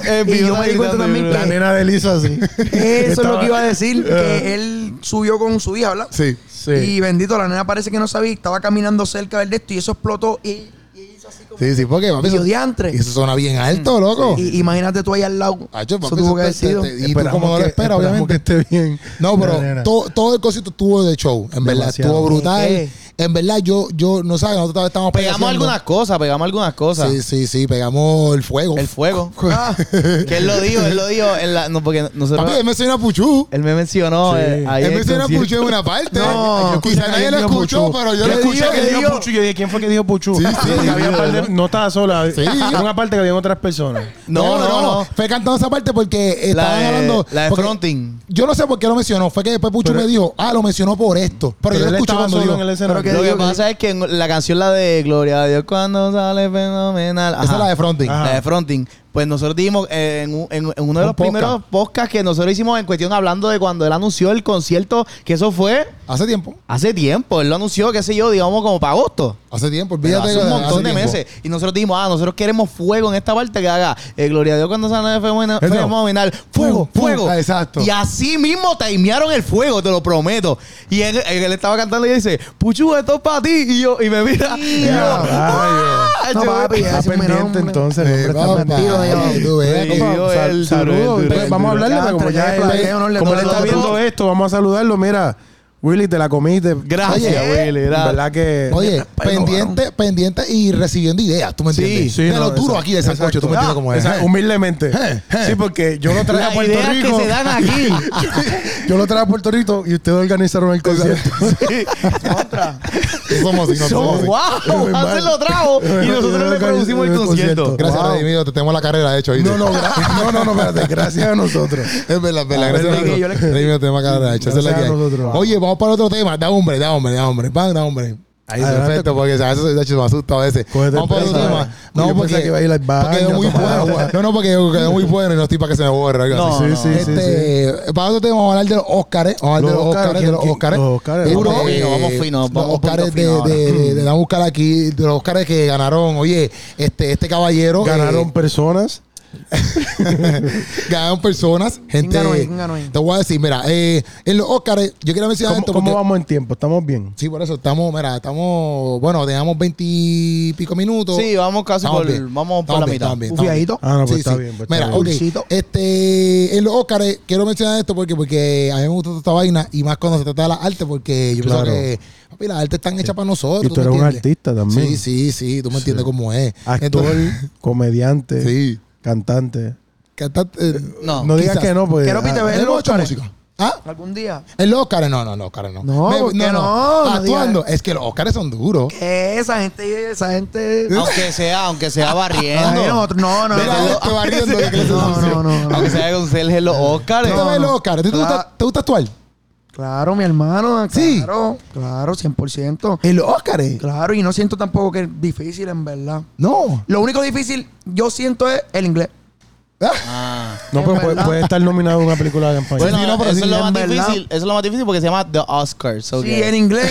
El Eh, Y video yo me di cuenta gritando, también bro. La nena de Lisa, así. Eso es lo que iba a decir, Eh. que él subió con su hija, ¿verdad? Sí. Sí. Y bendito, la nena parece que no sabía, estaba caminando cerca del de esto y eso explotó y, y ella hizo así como... Sí, sí, porque papi. Y yo, Eso, diantre. eso suena bien Mm. alto, loco. Y, imagínate tú ahí al lado. Acho, eso papi, tuvo eso que haber te- sido. te- te- Y tú como no lo esperas, que- esperamos obviamente. que esté bien. No, La nena. pero to- todo el cosito estuvo de show. En verdad, Demasiado. estuvo brutal. Eh. En verdad, yo, yo, no sabes, nosotros estábamos Pegamos algunas cosas, pegamos algunas cosas. Sí, sí, sí, pegamos el fuego. El fuego. Ah, que él lo dijo, él lo dijo. en la- no, porque nosotros- Papi, él me suena a Puchú. él me mencionó. Sí. eh, ahí Él en el mencionó a concierto. Puchu en una parte. No, No, yo quizás nadie lo escuchó, pero yo lo escuché. digo, que que dijo digo. Puchu. Yo dije, ¿quién fue que dijo Puchu? Sí, sí, Porque sí, había un par de- no estaba sola. Sí. Era una parte que había otras personas. No, no, no. Fue cantando esa parte porque eh, La estaban de- hablando. la de porque fronting. Yo no sé por qué lo mencionó. Fue que después Puchu Pero- me dijo, ah, lo mencionó por esto. Pero, yo él lo escuché estaba cuando solo dijo. en el escenario. que Lo que digo pasa es que en la canción, la de Gloria a Dios cuando sale fenomenal. Esa es la de Fronting. fronting. Ajá. La de Fronting. Pues nosotros dijimos eh, en, un- en- en uno de Un los primeros podcasts que nosotros hicimos en cuestión hablando de cuando él anunció el concierto, que eso fue Hace tiempo. hace tiempo. Él lo anunció, qué sé yo, digamos como para agosto. Hace tiempo. Pero Olvídate hace que- un montón de tiempo. meses. Y nosotros dijimos, ah, nosotros queremos fuego en esta parte que haga eh, Gloria a Dios cuando sale fenomenal. Eso. fenomenal. Fuego, Pum, pum. fuego. Ah, exacto. Y así mismo timearon el fuego, te lo prometo. Y él, él estaba cantando y dice, Puchu, esto es para ti. Y yo, y me mira. Y yo, Ah, "Ah, No, yo- papi, Está ese pendiente hombre. entonces. Eh, El hombre papá, está pendiente. ay, tú ves, Sí, compa. yo, Sal- el duro, Saludos. el pues, duro, Vamos a el hablarle, duro. pero como ya Antes, ya, él- ya, no le como él toca está a nosotros. viendo esto, vamos a saludarlo. Mira, Willy, te la comiste. Gracias, Oye, Willy, en gracias. verdad que... Oye, pendiente, pendiente y recibiendo ideas, ¿tú me Sí, entiendes? sí, de no, lo duro exacto. aquí de Sancocho, ¿tú me Ah, entiendes cómo es? Eh. exacto, humildemente. Sí, porque yo lo traje a Las Puerto ideas Rico. que se dan aquí. Yo lo traje a Puerto Rico y ustedes organizaron el concierto. Contra. No somos así, no somos Somos, así. wow, Normal. Hansel lo trajo y nosotros le producimos el concierto. Gracias, Wow. Redimido, te tenemos la carrera, de hecho. ¿oíste? No, no, gra- no, no, no, espérate, gracias a nosotros. Es verdad, es verdad. Ah, Gracias a verdad que Dios. Redimido, tenemos carrera, de hecho. Esa es la Gracias que a hay. nosotros. Oye, vamos para otro tema. Da hombre, da hombre, da hombre. Pan, da hombre. Ahí Adelante. perfecto, porque a veces de hecho, me asusta a veces. Cógete Vamos para el otro peso, tema. ¿sabes? Yo pensaba que iba a ir al baño, porque quedó muy a tomar bueno. agua. No, no, porque quedó muy bueno y no estoy para que se me borre. algo No, así. no, Sí, sí, no. sí, sí. Este, Para otro tema, vamos a hablar de los Óscares. Vamos a hablar de los Los Óscares, Óscares, de los ¿quién- Óscares. los Óscares? Este, Vamos fino, vamos fino, Los vamos un poquito Óscares de, fino ahora. de, de- de la búsqueda aquí, de los Óscares que ganaron, oye, este, este caballero. eh, Ganaron personas, Ganaron personas, gente. ganó ahí? ¿Quién ganó ahí? Te voy a decir, mira, eh, en los Oscars, yo quiero mencionar ¿Cómo, esto. cómo porque- vamos en tiempo? ¿Estamos bien? Sí, por eso estamos, mira, estamos, bueno, dejamos veintipico minutos. Sí, vamos casi Estamos por, bien. vamos por Estamos la bien, mitad. estamos bien, Un estamos bien. fiadito. Ah, no, pues Sí, está sí. bien. Pues, Mira, está bien. ok. Dulcito. Este, en los Óscares, quiero mencionar esto porque, porque a mí me gusta toda esta vaina y más cuando se trata de las artes, porque yo Claro. pienso que, papi, las artes están hechas para nosotros. Y tú me eres un entiendes? artista también. Sí, sí, sí, tú me entiendes cómo es. Actor, Entonces- comediante, sí. cantante. Cantante, eh, No. No digas quizás. que no, pues. Quiero pite- ah, ¿En los ¿Hemos hecho Óscares? música? ¿Ah? ¿Algún día? En los Óscares, no, no, en los Óscares no. No, ¿por qué no? No Actuando, digas- es que los Óscares son duros. Que esa gente, esa gente... Aunque sea, aunque sea barriendo. Ay, no, otro- no, no, Mira, no. este barriendo de clase No, social. no, no, no. Aunque sea con Sergio en los Oscars. ¿Tú te ves no. los Óscares? ¿Tú te gusta- Claro. te gusta actuar? Claro, mi hermano. Sí. Claro, claro, 100%. ¿En los Óscares? Claro, y no siento tampoco que es difícil, en verdad. No. Lo único difícil, yo siento, es el inglés. Ah. No, pero puede, ¿verdad? puede estar nominado a una película de campaña. Bueno, sí, no, pero eso sí, es lo en más verdad. difícil. Eso es lo más difícil porque se llama The Oscars. so Sí, que- en inglés.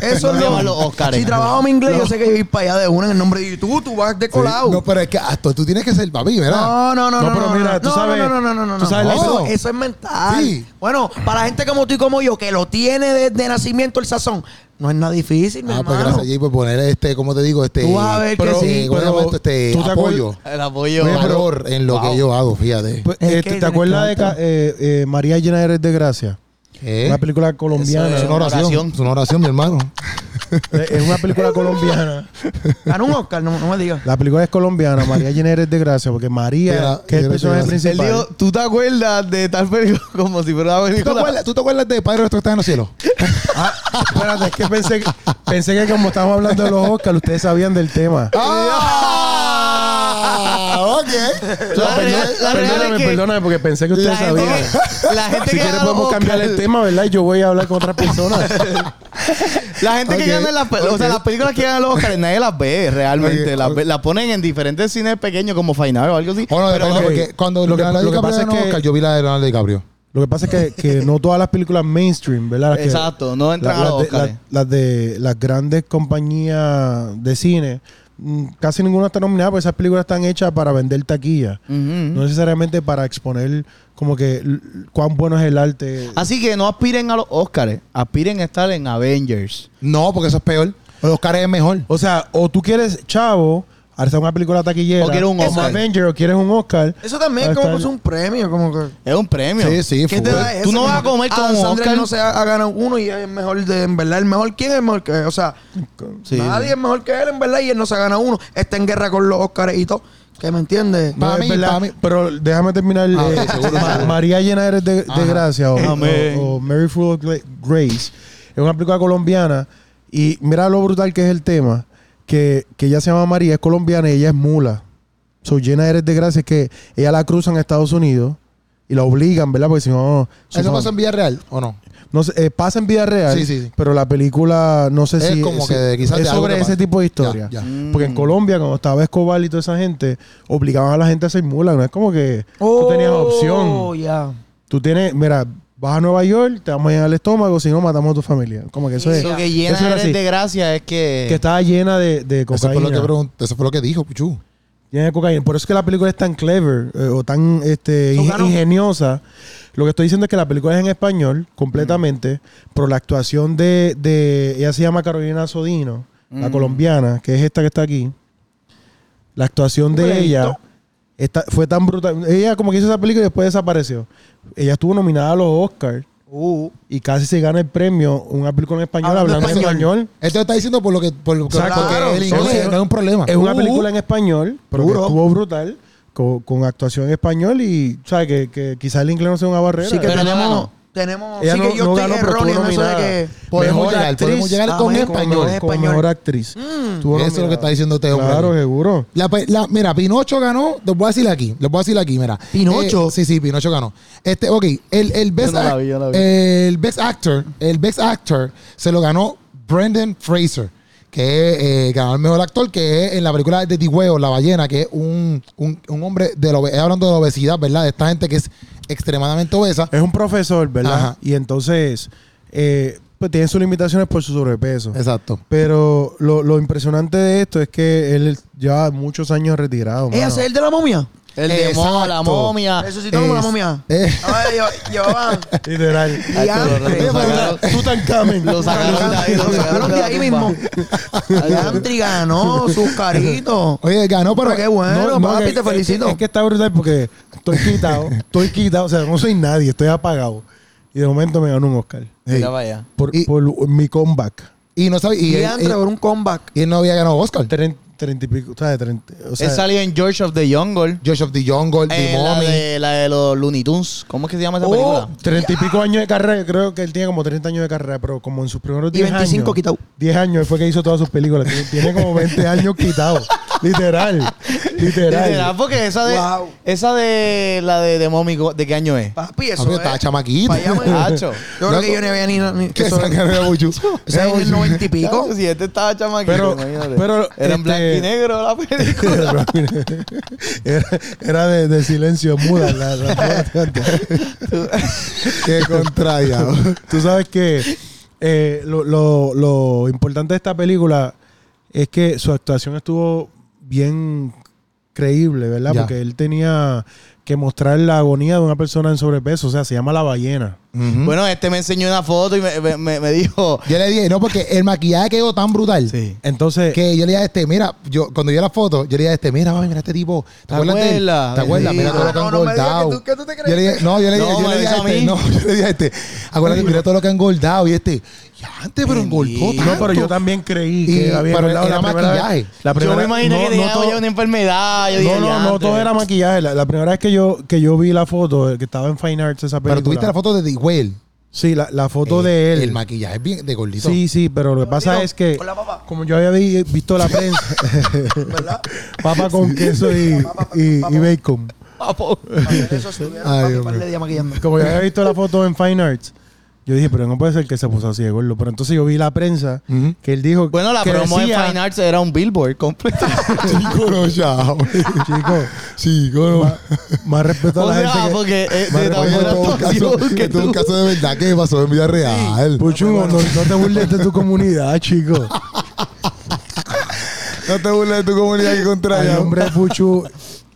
Eso No es llaman lo los Óscares. Si trabajo mi inglés, yo sé que yo voy para allá de una en el nombre de YouTube. Tú vas de colado. No, pero es que actor, tú tienes que ser papi, ¿verdad? Ah, No, no, no, no. Ah. No, pero mira, tú no, sabes- No, no, no, no, no. tú sabes no. la- eso, eso es mental. Sí. Bueno, para gente como tú y como yo, que lo tiene desde nacimiento el sazón, no es nada difícil, mi ah, pues hermano. gracias, Jay, por poner este, ¿cómo te digo? Este, Tú vas a ver que pero- sí, ¿cómo se llama pero esto? Este, ¿tú te apoyo. El apoyo. Pero- valor en lo que yo hago, fíjate. Pues, eh, Es que ¿Te, te tienes acuerdas de plata. ca- eh, eh, María Llena Eres de Gracia? ¿Qué? Una película colombiana. ¿Eh? Eso Es es ¿Eh? una oración. oración. Es una oración, mi hermano. Eh, Es una película colombiana. Ganó un Oscar, no, no me digas. La película es colombiana, María Llena Eres de Gracia, porque María, Mira, que es el mira, personaje mira. Él principal. dijo, ¿tú te acuerdas de tal película como si fuera una ¿Tú te, película? acuerdas, ¿Tú te acuerdas de Padre nuestro que está en los cielos? Ah, espérate, es que pensé, que- pensé que como estábamos hablando de los Oscars, ustedes sabían del tema. ¡Ah! ok. La Perdón- real- la real perdóname, es que- perdóname, porque pensé que La ustedes gente, sabían. que- la gente que Si quieres gana los podemos cambiar el Oscars- tema, ¿verdad? Y yo voy a hablar con otra persona. La gente Ok, que gana las pe- o sea, las películas que ganan los Oscars, nadie las ve realmente. Ok, las, ok. ve- las ponen en diferentes cines pequeños como Final o algo así. Bueno, pero depende, ok. porque cuando Lo que- Leonardo lo que DiCaprio pasa es ganó que- Oscar, yo vi la de Leonardo DiCaprio. Lo que pasa es que, que no todas las películas mainstream, ¿verdad? Las que- Exacto, no entran la- a los las de- Óscares. la- Las de las grandes compañías de cine, mm, casi ninguna está nominada, porque esas películas están hechas para vender taquilla. Ujú. No necesariamente para exponer como que l- cuán bueno es el arte. Así que no aspiren a los Oscars, aspiren a estar en Avengers. No, porque eso es peor. Los Oscars es mejor. O sea, o tú quieres Chavo, hacer una película taquillera. O quieres un como Oscar. Avenger, o quieres un Oscar. Eso también Ah, es como está- que es un premio, como que... Es un premio. Sí, sí, ¿Qué te full. da eso? Tú no vas a Como que comer con Adam un Sandler Oscar. no se ha, ha ganado uno y es el mejor de... En verdad, el mejor... ¿Quién es el mejor que...? O sea, Sí, nadie sí. es mejor que él, en verdad, y él no se ha ganado uno. Está en guerra con los Oscars y todo. ¿Qué me entiendes? No, Pa' es mí, verdad, pa' mí. Pero déjame terminar. Ah, eh, ok, seguro, Ma- seguro. María Llena Eres de, de Gracia o, Amén. o- o Mary Full of Gla- Grace. Es una película colombiana. Y mira lo brutal que es el tema. Que, que ella se llama María, es colombiana y ella es mula. So, llena eres de gracia es que ella la cruzan a Estados Unidos y la obligan, ¿verdad? Porque si no. su ¿Eso fam- pasa en Villarreal o no? no sé, eh, pasa en vida real, Sí, sí, sí. pero la película no sé Es si como si- que quizás es de algo sobre que ese pasa. tipo de historia. Ya, ya. Porque en Colombia, cuando estaba Escobar y toda esa gente, obligaban a la gente a hacer mula. No es como que tú tenías Oh, opción. ya. Tú tienes, mira, vas a Nueva York, te vamos a llenar el estómago, si no matamos a tu familia. Como que eso es. Eso que llena eso era eres así. de gracia es que. Que estaba llena de, de Eso cocaína. fue, lo que pregunt- eso fue lo que dijo, Puchu. Llena de cocaína. Por eso es que la película es tan clever eh, o tan este, Eso ing- ganó. ingeniosa. Lo que estoy diciendo es que la película es en español completamente, pero la actuación de, de- Ella se llama Carolina Sodino, Mm. la colombiana, que es esta que está aquí. La actuación de Hombre, ella esto- está- fue tan brutal. Ella como que hizo esa película y después desapareció. Ella estuvo nominada a los Oscars Uh. y casi se gana el premio una película en español Hablando hablando español. español. Esto está diciendo por lo que por, lo que- Exacto. porque Claro. el inglés Entonces, no es un problema. Es una Uh, película en español, pero que duro. estuvo brutal, con, con actuación en español y, ¿sabes? Que, que quizás el inglés no sea una barrera. Sí que Pero no tenemos... ganó. Tenemos... Ella sí no- que yo no estoy ganó, pero erróneo estuvo en eso de nominada. que... Podemos mejor llegar, podemos actriz, llegar con amén, español. con- Como español. mejor actriz. Estuvo Eso es lo que nominada. está diciendo este hombre. Claro, seguro. La pe- la- mira, Pinocho ganó, les voy a decir aquí, les voy a decir aquí, mira. ¿Pinocho? Eh, sí, sí, Pinocho ganó. Este, ok, el, el best Yo no la act- vi, yo no la vi. el best actor, el best actor se lo ganó Brendan Fraser, que eh, ganó el mejor actor, que es en la película de The Whale, La Ballena, que es un, un, un hombre de la obe- hablando de la obesidad, ¿verdad? De esta gente que es extremadamente Eh, obesa. Es un profesor, ¿verdad? Ajá. Y entonces, eh, pues tiene sus limitaciones por su sobrepeso. Exacto. Pero lo, lo impresionante de esto es que él lleva muchos años retirado. ¿Es mano. ese el de la momia? El demonio, la Exacto. momia. Resucitamos la Es- momia. eh. Ay, yo- Llevaban. Literal. Ay, te lo Diantre. re- lo sacaron- Tú tan camen. Lo sacaron de ahí. Lo sacaron de ahí mismo. Diantri ganó sus caritos. Oye, ganó, pero. Pero qué bueno, papi, que- te felicito. Es que está brutal porque estoy quitado, estoy quitado, o sea, no soy nadie, estoy apagado. Y de momento me ganó un Oscar. Ey. Mira para allá. Por, Y- por mi comeback. Y no sabía. Y, él- Diantre por un comeback. y él no había ganado Oscar. Tren- Treinta y pico, o sea, de treinta. O sea, Él salió en George of the Jungle. Josh of the Jungle, The Eh, la, Mommy. de, la de los Looney Tunes. ¿Cómo es que se llama esa Oh, película? Treinta y pico años de carrera, creo que él tiene como 30 años de carrera, pero como en sus primeros Y 10 25 años. quitado. 10 años fue que hizo todas sus películas. Tiene, tiene como 20 años quitado. Literal. Literal. Literal, porque esa de. Wow. Esa de. La de, de Mommy, ¿de qué año es? Papi, eso Papi, es. estaba chamaquito. Para allá me- Hacho. Yo creo que yo no había ni... ni Que eso- sangre de Buchu. eso es en el noventa y pico. Hacho, Si este estaba chamaquito, Pero- imagínate. pero, Era en este- blanco y negro la película. era, era de, de silencio muda. la- la- Qué contraria. Tú sabes que eh, lo, lo- lo importante de esta película es que su actuación estuvo bien creíble, ¿verdad? Ya. Porque él tenía que mostrar la agonía de una persona en sobrepeso. O sea, se llama La Ballena. Ujú. Bueno, este me enseñó una foto y me, me- me- me dijo. Yo le dije, no, porque el maquillaje quedó tan brutal. Entonces, Que yo le dije a este, mira, yo cuando yo la foto, yo le dije a este, mira, mami, mira este tipo. ¿Te, ¿Te acuerdas de él? acuerdas? ¿Te acuerdas? Sí. Mira todo Ah, lo que no, han no me digas engordado. que tú- que tú te Yo le dije, no, yo le dije, No, yo me le dije a avisó a este, mí. no, yo le dije a este, acuérdate, mira todo lo que ha engordado. Y este, ya antes, pero engordó Bendito. tanto. no, pero yo también creí Y- que había pero arreglado era primera vez- maquillaje. la primera- yo me imaginé no, que no tenía todo- ya una enfermedad. Yo No, dije, no, no, "Diantre". todo era maquillaje. La, la primera vez que yo, que yo vi la foto, eh, que estaba en Fine Arts, esa película. Pero tuviste la foto de Diguel. Sí, la, la foto de él. El maquillaje es bien de gordito. Sí, sí, pero lo que pasa Gordito, es que, con la papa. como yo había vi- visto la prensa, ¿Verdad? papa con queso y, y- y bacon. Papo. Eso estuviera Ay, papi, Dios un par mío. de días maquillando. Como yo había visto la foto en Fine Arts, yo dije, pero no puede ser que se puso así de gordo. Pero entonces yo vi la prensa Ujú. que él dijo. Bueno, la que promo decía- en Fine Arts era un billboard completo. Chico, no, ya. Chico, Chico, no. más respeto a o la sea, gente. que- porque eh, Más de respeto tan Oye, esto buena a es un caso, actuación que esto es un tú. caso de verdad que pasó en vida real. Puchungo, no, no te burles de tu comunidad, chico. No te burles de tu comunidad que Al contraria. nombre de Puchu,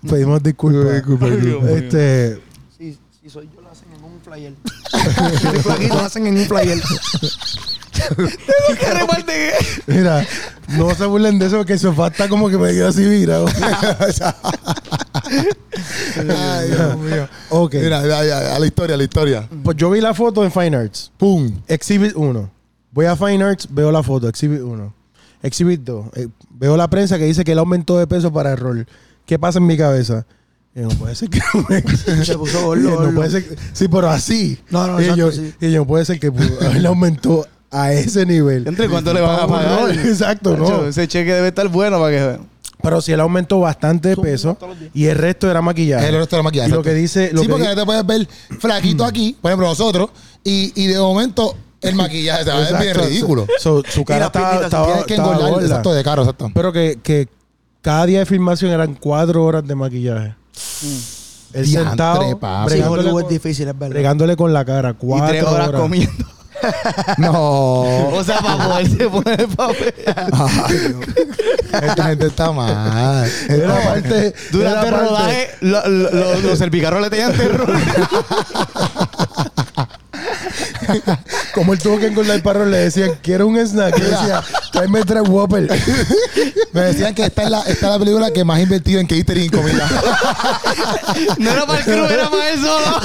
pedimos disculpas. Este, Si, si soy yo, lo hacen en un flyer. Si soy flaquito, lo hacen en un flyer. ¿Qué reparten? mira, no se burlen de eso porque el sofá está como que me quedó así virado. Ay, Dios mío. Ok. Mira, ya, ya, a la historia, a la historia. Pues yo vi la foto en Fine Arts. ¡Pum! Exhibit 1. Voy a Fine Arts, veo la foto, Exhibit 1. Exhibit 2. eh, veo la prensa que dice que él aumentó de peso para el rol. ¿Qué pasa en mi cabeza? Eh, no puede ser que Se puso Dije, gordo, no gordo. puede ser que- Sí, pero así. No, no, y exacto, yo, sí. y yo, no puede ser que pu- él aumentó a ese nivel. ¿Entre cuánto le van a Para un pagar? rol, Exacto, Nacho, no. Ese cheque debe estar bueno para que. Pero si él aumentó bastante de peso y el resto era maquillaje. El resto de la maquillaje. Y lo exacto. que dice. Lo sí, que porque di- no te puedes ver flaquito aquí, por ejemplo, nosotros, y, y de momento el maquillaje se va a ver bien Exacto. ridículo. So- su cara las estaba, piernitas, estaba- Tienes que estaba engordar, gorda. exacto, de caro, exacto. Pero que, que cada día de filmación eran cuatro horas de maquillaje. Él Diantre, sentado, papi. Sí, bregándole, Hollywood es con, difícil, es verdad. bregándole con la cara. Y Cuatro Oh. tres horas comiendo. No. O sea, para poderse poner el papel. Ah. Ay, Dios. Esta gente está mal. Era parte- Durante el era parte- rodaje, lo- lo- lo- los cervicarroles tenían terror. Como él tuvo que engordar el parro, le decían, quiero un snack. Él decía, tráeme tres Whopper. Me decían que esta es, la, esta es la película que más ha invertido en catering y comida. No era para el crew, era para él solo.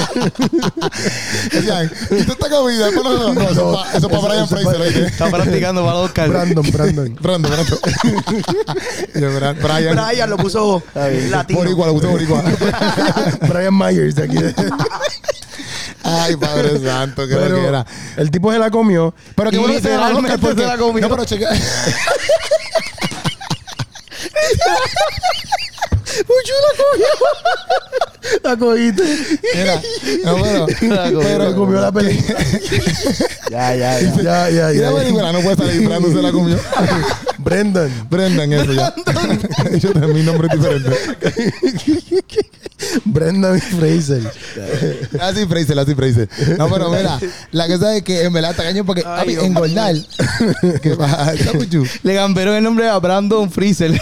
Decían, ¿y esta comida? Después nosotros, no, eso es pa- eso es para Brian Fraser. oye. Está practicando para los Oscar. Brandon, Brandon. Brando, Brando. Yo, Bra- Brian. Brian lo puso latino. Boricua, lo puso Boricua. Brian Myers de aquí. Ay, Padre Santo, qué Pero lo que era. el tipo se la comió. Pero qué Y bueno que se la literalmente Oscar porque... se la comió. No, pero cheque... La cogiste. Mira, no, pero... La comió, pero la comió la película. Ya, ya, Ya, ya, Y la ya. película no puede salir, Brando se la comió. Brandon. Brendan, eso ya. Yo también, mi nombre es diferente. Brandon Fraser. Así Fraser, así Fraser. No, pero mira, la cosa es que en verdad está cañón porque Ay, papi, Dios engordar. ¿Qué pasa? ¿Está mucho? Le cambiaron el nombre a Brandon Freezer.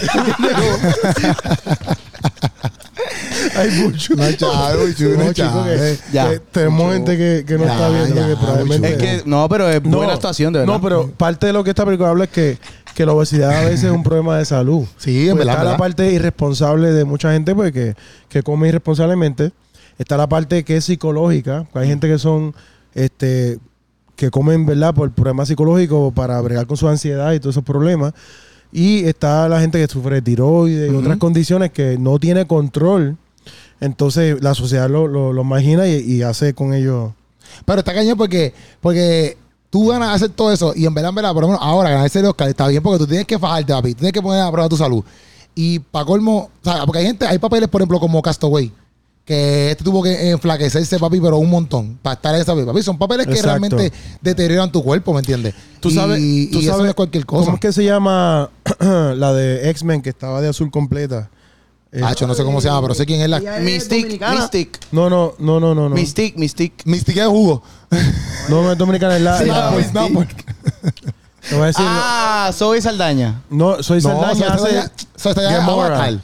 Hay mucho. No hay chavo, Buchu, no hay chicos, chavo, que- eh. Ya. que tenemos gente que, que no Ya, está viendo ya, que Buchu. probablemente... Es que, no, pero es buena actuación, de verdad. No, pero parte de lo que esta película habla es que, que la obesidad a veces es un problema de salud. Sí, en Pues verdad, Está la verdad. parte irresponsable de mucha gente pues, que, que come irresponsablemente. Está la parte que es psicológica. que Hay gente que son, este, que comen, ¿verdad? Por problemas psicológicos para bregar con su ansiedad y todos esos problemas. Y está la gente que sufre de tiroides y otras condiciones que no tiene control. Entonces la sociedad lo, lo, lo margina y, y hace con ellos. Pero está cañón porque, porque tú ganas hacer todo eso y en verdad, en verdad, por lo menos ahora ganar ese Oscar está bien porque tú tienes que fajarte, papi. Tienes que poner a prueba tu salud. Y para colmo, o sea, porque hay gente, hay papeles, por ejemplo, como Castaway, que este tuvo que enflaquecerse, papi, pero un montón para estar en esa papi. Son papeles que Exacto. realmente deterioran tu cuerpo, ¿me entiendes? Tú Y- sabes, y, tú eso sabes no es cualquier ¿Cómo cosa. es que se llama la de X-Men que estaba de azul completa? Eh, Ah, yo no sé cómo se llama, pero sé quién es la. Ella es Mystic, dominicana. Mystic, no, no, no, no, no, no. Mystic, Mystic. Mystique de Hugo. No, no es dominicana, es la. Sí, la- no, pues, no, porque- te voy a decir. Ah, Zoe Saldaña. no, soy No, Saldaña. Zoe hace Saldaña- Zoe Saldaña es Gamora. Avatar.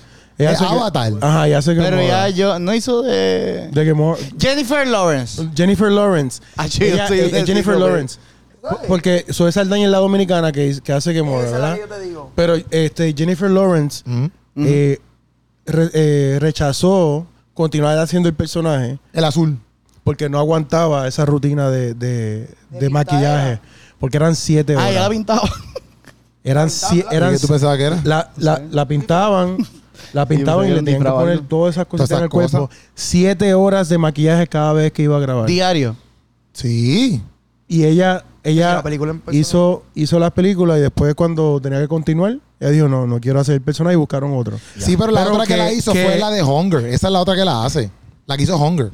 Es Ella hace Ga- Avatar. Ajá, ya sé que. Pero ya yo no hizo de. De Gamora. Jennifer Lawrence. Jennifer Lawrence. Ah, yo Ella- soy- eh, yo soy Jennifer Robert. Lawrence. P- Porque Soy Saldaña es la dominicana que, que hace Gamora, Esa es la ¿verdad? que yo te digo. Pero este, Jennifer Lawrence Mm. eh, Mm-hmm. re- eh, rechazó continuar haciendo el personaje. El azul. porque no aguantaba esa rutina de, de- de pintadera. maquillaje. Porque eran siete Ah, horas. ya la pintaba. eran si- eran ¿Y qué tú pensabas que era? La, la- la pintaban, la pintaban que y era le un tenían que disfraz, poner ¿no? todas esas cosas Todas esas en el cuerpo. cosas. Siete horas de maquillaje cada vez que iba a grabar. Diario. Sí. y ella, ella La película empezó. hizo, hizo las películas y después cuando tenía que continuar, ella dijo, no, no quiero hacer el personaje y buscaron otro. Sí, pero la Pero otra que, que- la hizo que- fue la de Hunger. Esa es la otra que la hace. La que hizo Hunger.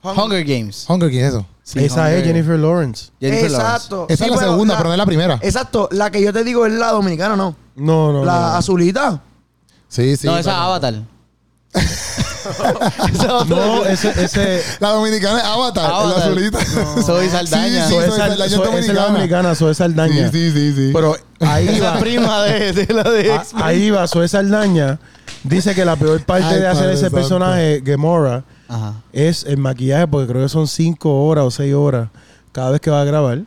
Hunger Games. Hunger, ¿quién es eso? Sí, Esa Hunger es Jennifer Lawrence. Jennifer Lawrence. Exacto. Esa Sí, es la pero segunda, pero no es la primera. Exacto. La que yo te digo es la dominicana, ¿no? No, no, la no. azulita. Sí, sí. no, esa es pero- Avatar. Esa es otra. No, ese, ese, La dominicana es Avatar, Avatar. la azulita. No. Zoe Saldaña. Sí, sí, Soy Zoe Saldaña es dominicana. dominicana, soy Saldaña. Sí, sí, sí, sí. Pero ahí Es va, la prima de, de la de a- X. ahí va, soy Saldaña. Dice que la peor parte Ay, de hacer Padre ese Santo. personaje, Gemora, Ajá. es el maquillaje, porque creo que son cinco horas o seis horas cada vez que va a grabar.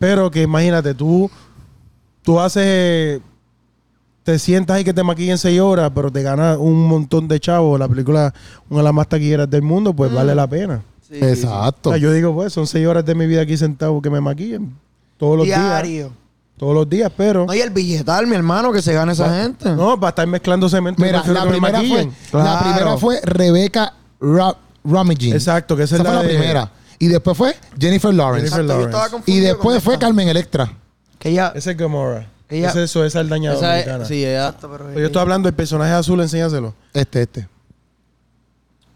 Pero que imagínate, tú, tú haces, eh, te sientas ahí que te maquillen seis horas, pero te ganas un montón de chavos. La película, una de las más taquilleras del mundo, pues Mm. vale la pena. O Exacto. sea, yo digo, pues, son seis horas de mi vida aquí sentado que me maquillen. Todos los días. Diario. Todos los días, pero. No, y el billetal, mi hermano, que se gana esa gente. No, para estar mezclando cemento. Mira, prefiero la que me primera, fue, maquillen. la Claro. primera fue Rebeca Ra Ramagin. Exacto, que esa Esa, es fue la de- primera. Y después fue Jennifer Lawrence. Jennifer Exacto, yo Lawrence. estaba y confundido después con fue esta. Carmen Electra. Que ella. Ese es Gamora. Ella- Ese es Zoe Saldaña Esa dominicana. es, sí, ella. Exacto, pero- Pero Pues yo estoy hablando del personaje azul, enséñaselo. Este, este.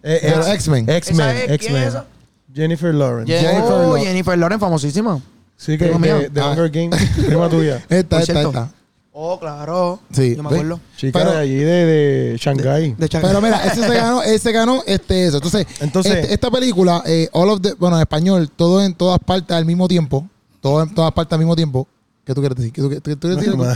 Eh, Pero ex- X-Men. X-Men. ¿Esa es? ¿Quién es X-Men. esa? Jennifer Lawrence. Jen- Jennifer, Jennifer Lo- Oh, Jennifer Lawrence, famosísima. sí, que Prima mía. de, de Ah. Eh, Hunger Games. prima tuya. Esta, Por esta, cierto. esta. Oh, claro. Sí, Yo me ¿ves? acuerdo. Chica Pero- de allí, de, de Shanghai. De Chaca- Pero mira, ese se ganó, ese ganó este eso. Entonces, Entonces- este- esta película, eh, All of the, bueno, en español, todo en todas partes al mismo tiempo. Todo en todas partes al mismo tiempo. ¿Qué tú quieres decir? ¿Qué tú, qué tú quieres decir? algo?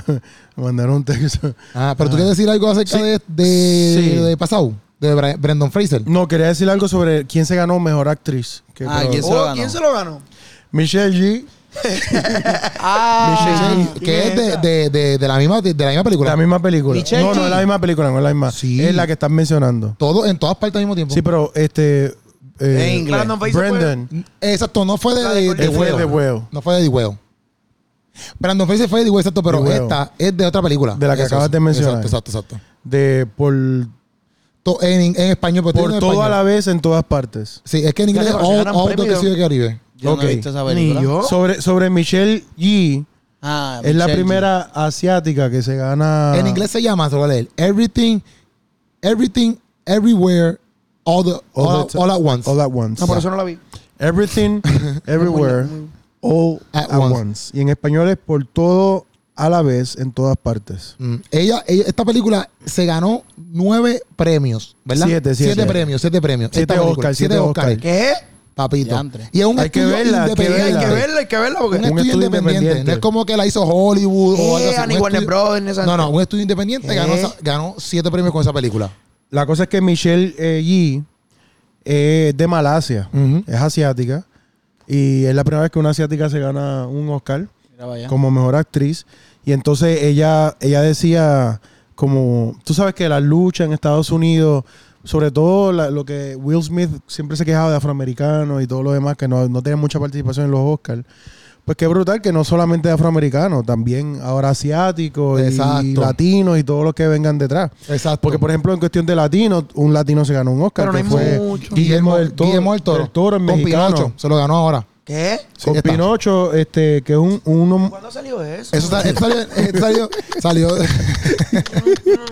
Me mandaron un texto. Ah, pero tú quieres decir algo acerca Sí. de, de, Sí. de Pasau, de Bra- Brendan Fraser. No, quería decir algo sobre quién se ganó mejor actriz. Que Ah, pero- ¿quién se- lo Oh, ganó? ¿quién se lo ganó? Michelle G. Ah, Sí, que es de, de, de, de la misma, de, de la misma película. La misma película. Michelle no, no G. es la misma película, no es la misma. Sí. Es la que estás mencionando. Todo en todas partes al mismo tiempo. Sí, pero este. En Eh, inglés. Brandon Fraser fue- Brendan. Exacto, no fue de, La de, de de, Golden Ese huevo. es de huevo. No fue de, de huevo. Brandon Fraser fue de huevo, exacto, pero De huevo. esta es de otra película. De la que Eso, acabas eso. de mencionar. Exacto, exacto, exacto. De por, To- en, en español, pero por tiene en todo a español. la vez en todas partes. Sí, es que en inglés Ya, es pero si All, ganan all the premio. Caribe Caribe. yo no Ok. he visto esa película. Ni yo. ¿Oh? Sobre, sobre Michelle G. Ah, es la Michelle primera asiática que se gana. En inglés se llama, se lo voy a leer, Everything, Everything, Everywhere, All, the, all, All the- all at Once. All at once. No, por eso no la vi. Everything, everywhere, all At at, once. once. Y en español es por todo a la vez en todas partes. Mm. Ella, ella- esta película se ganó nueve premios, ¿verdad? Siete, siete. premios, siete premios. Siete Esta película, Oscar, siete Oscar. ¿Qué? papito. Diantre. Y es un Hay que estudio verla, hay que Hay independiente. que verla, hay que verla Un, porque. Un estudio estudio independiente. independiente. No es como que la hizo Hollywood o Eh, algo así. ni Un Warner estudio- Brothers, ni esa No, no, gente. un estudio independiente Eh. ganó, esa- ganó siete premios con esa película. la cosa es que Michelle eh, Yi eh, es de Malasia, Ujú. es asiática, y es la primera vez que una asiática se gana un Oscar Mira vaya. como mejor actriz. Y entonces ella, ella decía, como, tú sabes que la lucha en Estados Unidos, sobre todo la- lo que Will Smith siempre se quejaba de afroamericanos y todo lo demás, que no, no tienen mucha participación en los Oscars. Pues qué brutal que no solamente de afroamericanos, también ahora asiáticos y Exacto. latinos y todos los que vengan detrás. Exacto. Porque, por ejemplo, en cuestión de latinos, un latino se ganó un Oscar. Pero no que hay fue mucho. Guillermo del Toro. Guillermo del Toro. Del Toro, el con mexicano. Pinocho. Se lo ganó ahora. ¿Qué? Sí, Con está. Pinocho, este, que es un, uno, ¿Cuándo salió eso? Eso, sa- eso salió. eso salió, salió-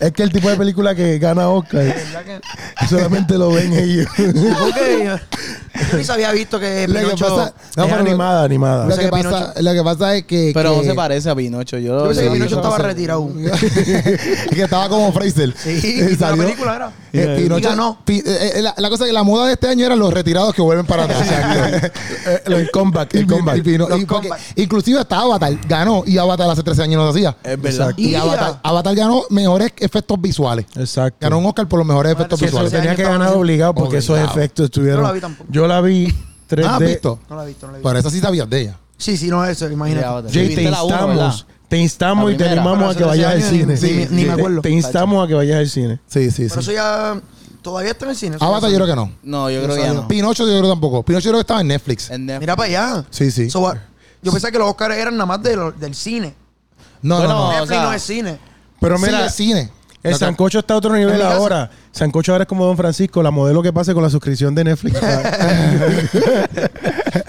Es que el tipo de película que gana Oscar ¿Verdad que- solamente lo ven ellos. ¿Por qué? Yo, yo ni se había visto que Lo que Pinocho- pasa- No, es pero- animada, animada. lo, sé que que pasa, Pinocho- lo que pasa es que. Pero que- no se parece a Pinocho. Yo lo Yo pensé que sí, Pinocho yo- estaba retirado. que estaba como Fraser. Sí, Eh, la salió. película era. Eh, Y Pinocho- ganó. Pi- eh, eh, la, la cosa es que la moda de este año eran los retirados que vuelven para atrás. Eh, El comeback, Y el Pino- comeback. y Pino- Los y porque- comeback. inclusive hasta Avatar ganó y Avatar hace 13 años no lo hacía. Es verdad. Y Mira. Avatar, Avatar ganó mejores efectos visuales. Exacto. Ganó un Oscar por los mejores Madre, efectos sí, Que eso visuales. tenía que Ese año ganar estaba- obligado porque esos Obligado. efectos estuvieron. No la vi tampoco. Yo la vi Ah, 3D. visto? No la he visto, no la he visto. Pero esa sí sabías de ella. Sí, sí, no eso, imagínate. Ya, otra. Jay, Viste te la uno, instamos. ¿verdad? Te instamos La y te primera. animamos a que Pero hace vayas al 13 cine. años ni- ni- ni me Te- acuerdo. Te instamos a que vayas al cine. Sí, sí, Por eso ya todavía está en el cine. eso Avatar ya Ah, yo creo sabe. que no. No, yo creo que ya no. Eh, Pinocho yo creo tampoco. Pinocho yo creo que estaba en Netflix. En Netflix. Mira para allá. Sí, sí. So, ah, yo pensaba que los Oscars eran nada más de lo- del cine. No, Bueno, no, no. Netflix sea, no es cine. Pero Sí, mira, es cine. el Lo que- Sancocho está a otro nivel mi casa. ahora. Sancocho ahora es como Don Francisco, la modelo que pase con la suscripción de Netflix.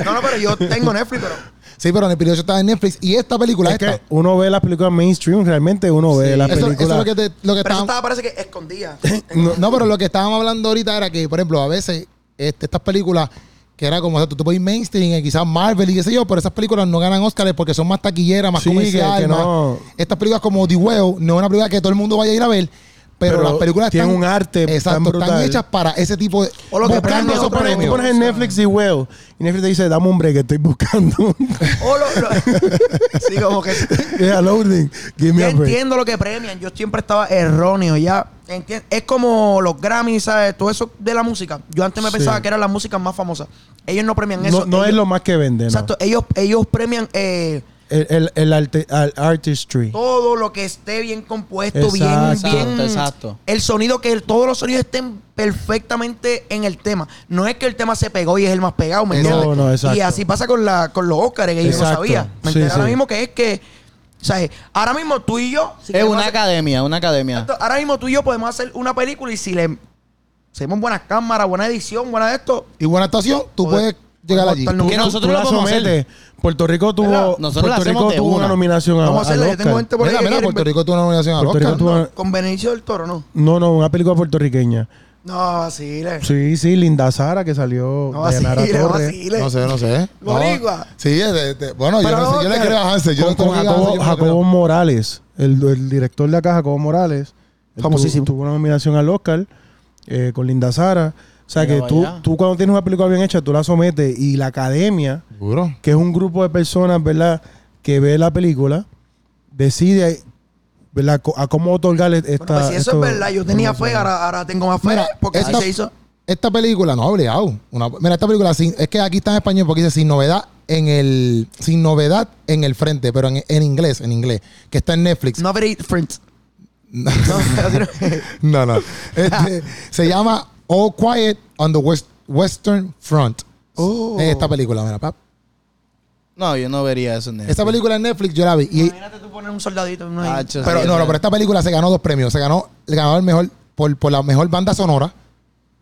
No, no, pero yo tengo Netflix, pero. Sí, pero en el Pinocho estaba en Netflix. Y esta película Es esta. que uno ve las películas mainstream, realmente uno ve Sí. las Eso, eso películas. es lo que, te, lo que Pero eso estábamos- estaba, parece que escondida. no, no, pero lo que estábamos hablando ahorita era que, por ejemplo, a veces este, estas películas que era como, o sea, tú te puedes ir mainstream, eh, quizás Marvel y qué sé yo, pero esas películas no ganan Oscars porque son más taquilleras, más Sí, que- comerciales. que más- no. Estas películas como The Whale no es una película que todo el mundo vaya a ir a ver, pero, Pero las películas tienen están, un arte tan exacto, están brutal. hechas para ese tipo de... O lo que buscando prende esos tú otro pones, tú premios. pones en Netflix y Well. Y Netflix te dice, dame un break, estoy buscando. O lo- lo- sí, como que. yeah, loading. Give me Yo a break. entiendo lo que premian. Yo siempre estaba erróneo ya. Entien- Es como los Grammys, ¿sabes? Todo eso de la música. Yo antes me Sí. pensaba que eran las músicas más famosas. Ellos no premian No, eso. no es Ellos- lo más que vende, ¿no? Exacto. Ellos, ellos premian eh, El, el, el arte- al- artistry. todo lo que esté bien compuesto, Exacto, bien, bien. exacto. El sonido, que el- todos los sonidos estén perfectamente en el tema. No es que el tema se pegó y es el más pegado, ¿me No, entiendes? no, exacto. Y así pasa con, la, con los Óscares, que yo no Exacto. sabía. Me Sí, enteré ahora sí. mismo que es que, ¿sabes? Ahora mismo tú y yo. si Es queremos una hacer- academia, una academia. Exacto. Ahora mismo tú y yo podemos hacer una película y si le hacemos buenas cámaras, buena edición, buena de esto, Y buena actuación, tú Joder, puedes llegar allí. podemos Que nosotros Tú lo la podemos hacer. sometes. Puerto Rico tuvo, ¿Verdad? Nosotros la Puerto Rico hacemos de tuvo una una. nominación a, vamos a hacerlo. al Yo tengo Oscar. gente por ahí mira, que mira, quiere Puerto inver- Rico tuvo una nominación al Puerto Oscar. Rico tuvo- No, con Benicio del Toro, ¿no? No, no, una película puertorriqueña. No, vacile. Sí, sí, Linda Sara que salió No de Nara vacile, no Torres. vacile. No sé, no sé. No. Boricua. Sí, es de- de- bueno, yo Pero no sé. Yo le Oscar. creo a Hansel. Yo con, no creo con que a Hansel, yo Jacobo, no le creo. Jacobo Morales, el, el director de acá, Jacobo Morales. él Famosísimo. Tuvo, tuvo una nominación al Oscar eh, con Linda Sara. O sea Mira que tú, vaya. tú cuando tienes una película bien hecha, tú la sometes y la academia, Seguro. que es un grupo de personas, ¿verdad?, que ve la película, decide, ¿verdad?, Co- a cómo otorgarle esta. Bueno, pues si eso esto- es verdad, yo tenía fe, ahora, ahora tengo más fe. Mira, porque así esta- se hizo. Esta película, no, obligado. Una- mira, esta película, sin- es que aquí está en español porque dice sin novedad en el. Sin novedad en el frente, pero en, en inglés, en inglés. Que está en Netflix. No very friends. No, No, no. Este, se llama All Quiet on the West- Western Front. Oh. Es Esta película, mira, pap. No, yo no vería eso en Netflix. Esta película en Netflix yo la vi. Y, Imagínate tú poner un soldadito. en Ah, una- chas- pero no, no, pero esta película se ganó dos premios. Se ganó el ganador mejor por, por la mejor banda sonora.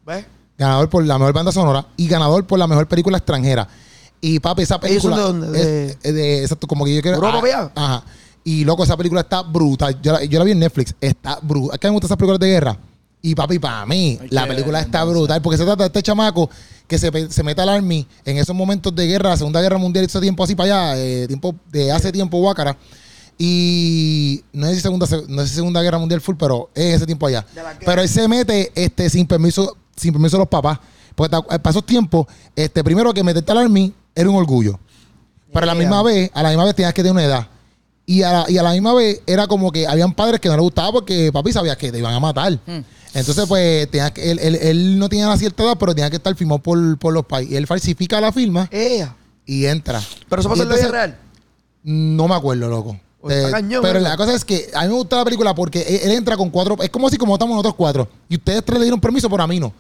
¿Ves? ganador por la mejor banda sonora y ganador por la mejor película extranjera. Y papi, esa película. son de dónde? De- es- es de- exacto, como que yo quiero. ah, ¿Europa, vea? Ajá. Y loco, esa película está brutal. Yo la, yo la vi en Netflix. Está brutal. Es que me gustan esas películas de guerra. Y papi, para mí, Ay, la qué película está hermosa. brutal. Porque se trata de este chamaco que se, pe- se mete al army en esos momentos de guerra, la Segunda Guerra Mundial, ese tiempo así para allá, eh, tiempo de hace tiempo, Guácara. Y no es segunda, no es segunda guerra mundial full, pero es ese tiempo allá. De la guerra. Pero él se mete este, sin permiso, sin permiso de los papás. Porque ta- para esos tiempos, este, primero que meterte al army era un orgullo. Pero a la misma vez, a la misma vez tenías que tener una edad. Y a, la, y a la misma vez era como que habían padres que no le gustaba porque papi sabía que te iban a matar. Entonces, pues, tenía que- él, él- él no tenía la cierta edad, pero tenía que estar firmado por, por los pais. Y él falsifica la firma Ella. y entra. Pero eso Y pasa en la vida entonces- real. No me acuerdo, loco. O está Eh, cañón, pero ¿verdad? la cosa es que a mí me gusta la película porque e-, él, él entra con cuatro. Es como si como estamos nosotros cuatro. Y ustedes tres le dieron permiso, pero a mí no.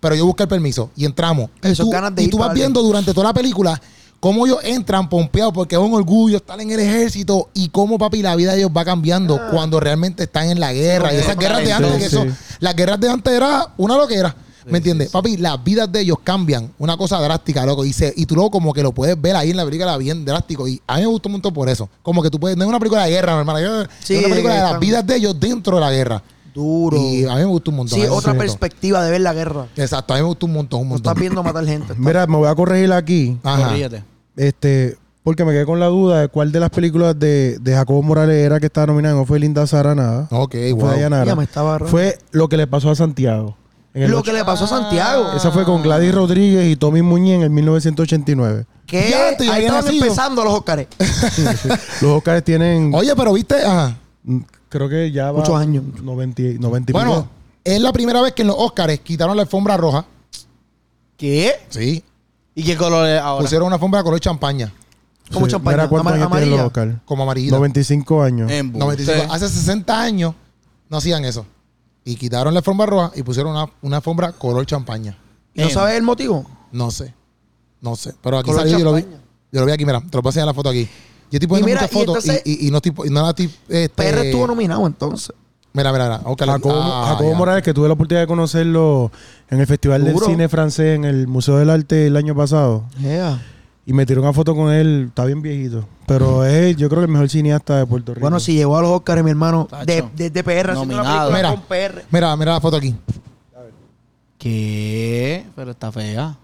Pero yo busqué el permiso y entramos. Y Eso, tú, ganas de y ir tú para vas alguien. viendo durante toda la película cómo ellos entran pompeados porque es un orgullo estar en el ejército y cómo, papi, la vida de ellos va cambiando Ah. cuando realmente están en la guerra. Sí, y esas porque guerras de la antes, gente- que sí, eso- sí. las guerras de antes era una loquera. ¿Me entiendes? Papi, las vidas de ellos cambian. Una cosa drástica, loco. Y, se- y tú luego como que lo puedes ver ahí en la película bien drástico. Y a mí me gustó un montón por eso. Como que tú puedes... No es una película de guerra, mi hermano. Es Sí, una película de están- las vidas de ellos dentro de la guerra. Duro. Y a mí me gustó un montón. Sí, eso otra me gustó. perspectiva de ver la guerra. Exacto, a mí me gustó un montón, un No montón. estás viendo matar gente. estás- Mira, me voy a corregir aquí. Ajá. Corrígete. Este, porque me quedé con la duda de cuál de las películas de, de Jacobo Morales era que estaba nominada. No fue Linda Sara nada. Ok, No wow. fue Dayanara. Ya me estaba errando. Fue lo que le pasó a Santiago. en el Lo ocho- que le Ah. pasó a Santiago. Esa fue con Gladys Rodríguez y Tommy Muñiz en el 1989. ¿Qué? Ya, antes yo Ahí había estaban nacido. empezando los Óscares. Los Oscars tienen, Oye, pero viste... Ajá. mm, creo que ya va Muchos años. 90, y- 90 y Bueno, pico. es la primera vez que en los Oscars quitaron la alfombra roja. ¿Qué? Sí. ¿Y qué color es ahora? Pusieron una alfombra color champaña, Como Sí, champaña. mira cuántos ama- años tienen los amarilla. Oscars. como amarillita. 95 años. Embuste. 95. Hace 60 años no hacían eso. Y quitaron la alfombra roja y pusieron una, una alfombra color champaña. ¿Y no Em. sabes el motivo? No sé. No sé. Pero aquí Color salió, yo lo vi. champaña. Yo lo vi aquí, mira. Te lo voy a enseñar la foto aquí. Yo estoy poniendo mira, muchas y fotos y, entonces- y- y no estoy... y No la estoy este, PR estuvo nominado entonces. Mira, mira, mira. Óscar, Jacobo, ah, Jacobo ya. Morales, que tuve la oportunidad de conocerlo en el Festival Duro. del Cine Francés en el Museo del Arte el año pasado. Yeah. Y me tiró una foto con él, está bien viejito. Pero es, yo creo que el mejor cineasta de Puerto Rico. Bueno, si llegó a los Óscares, mi hermano, Tacho. de- desde PR, haciendo una Nominado. película Mira. con PR. Mira, mira la foto aquí. ¿Qué? Pero está fea.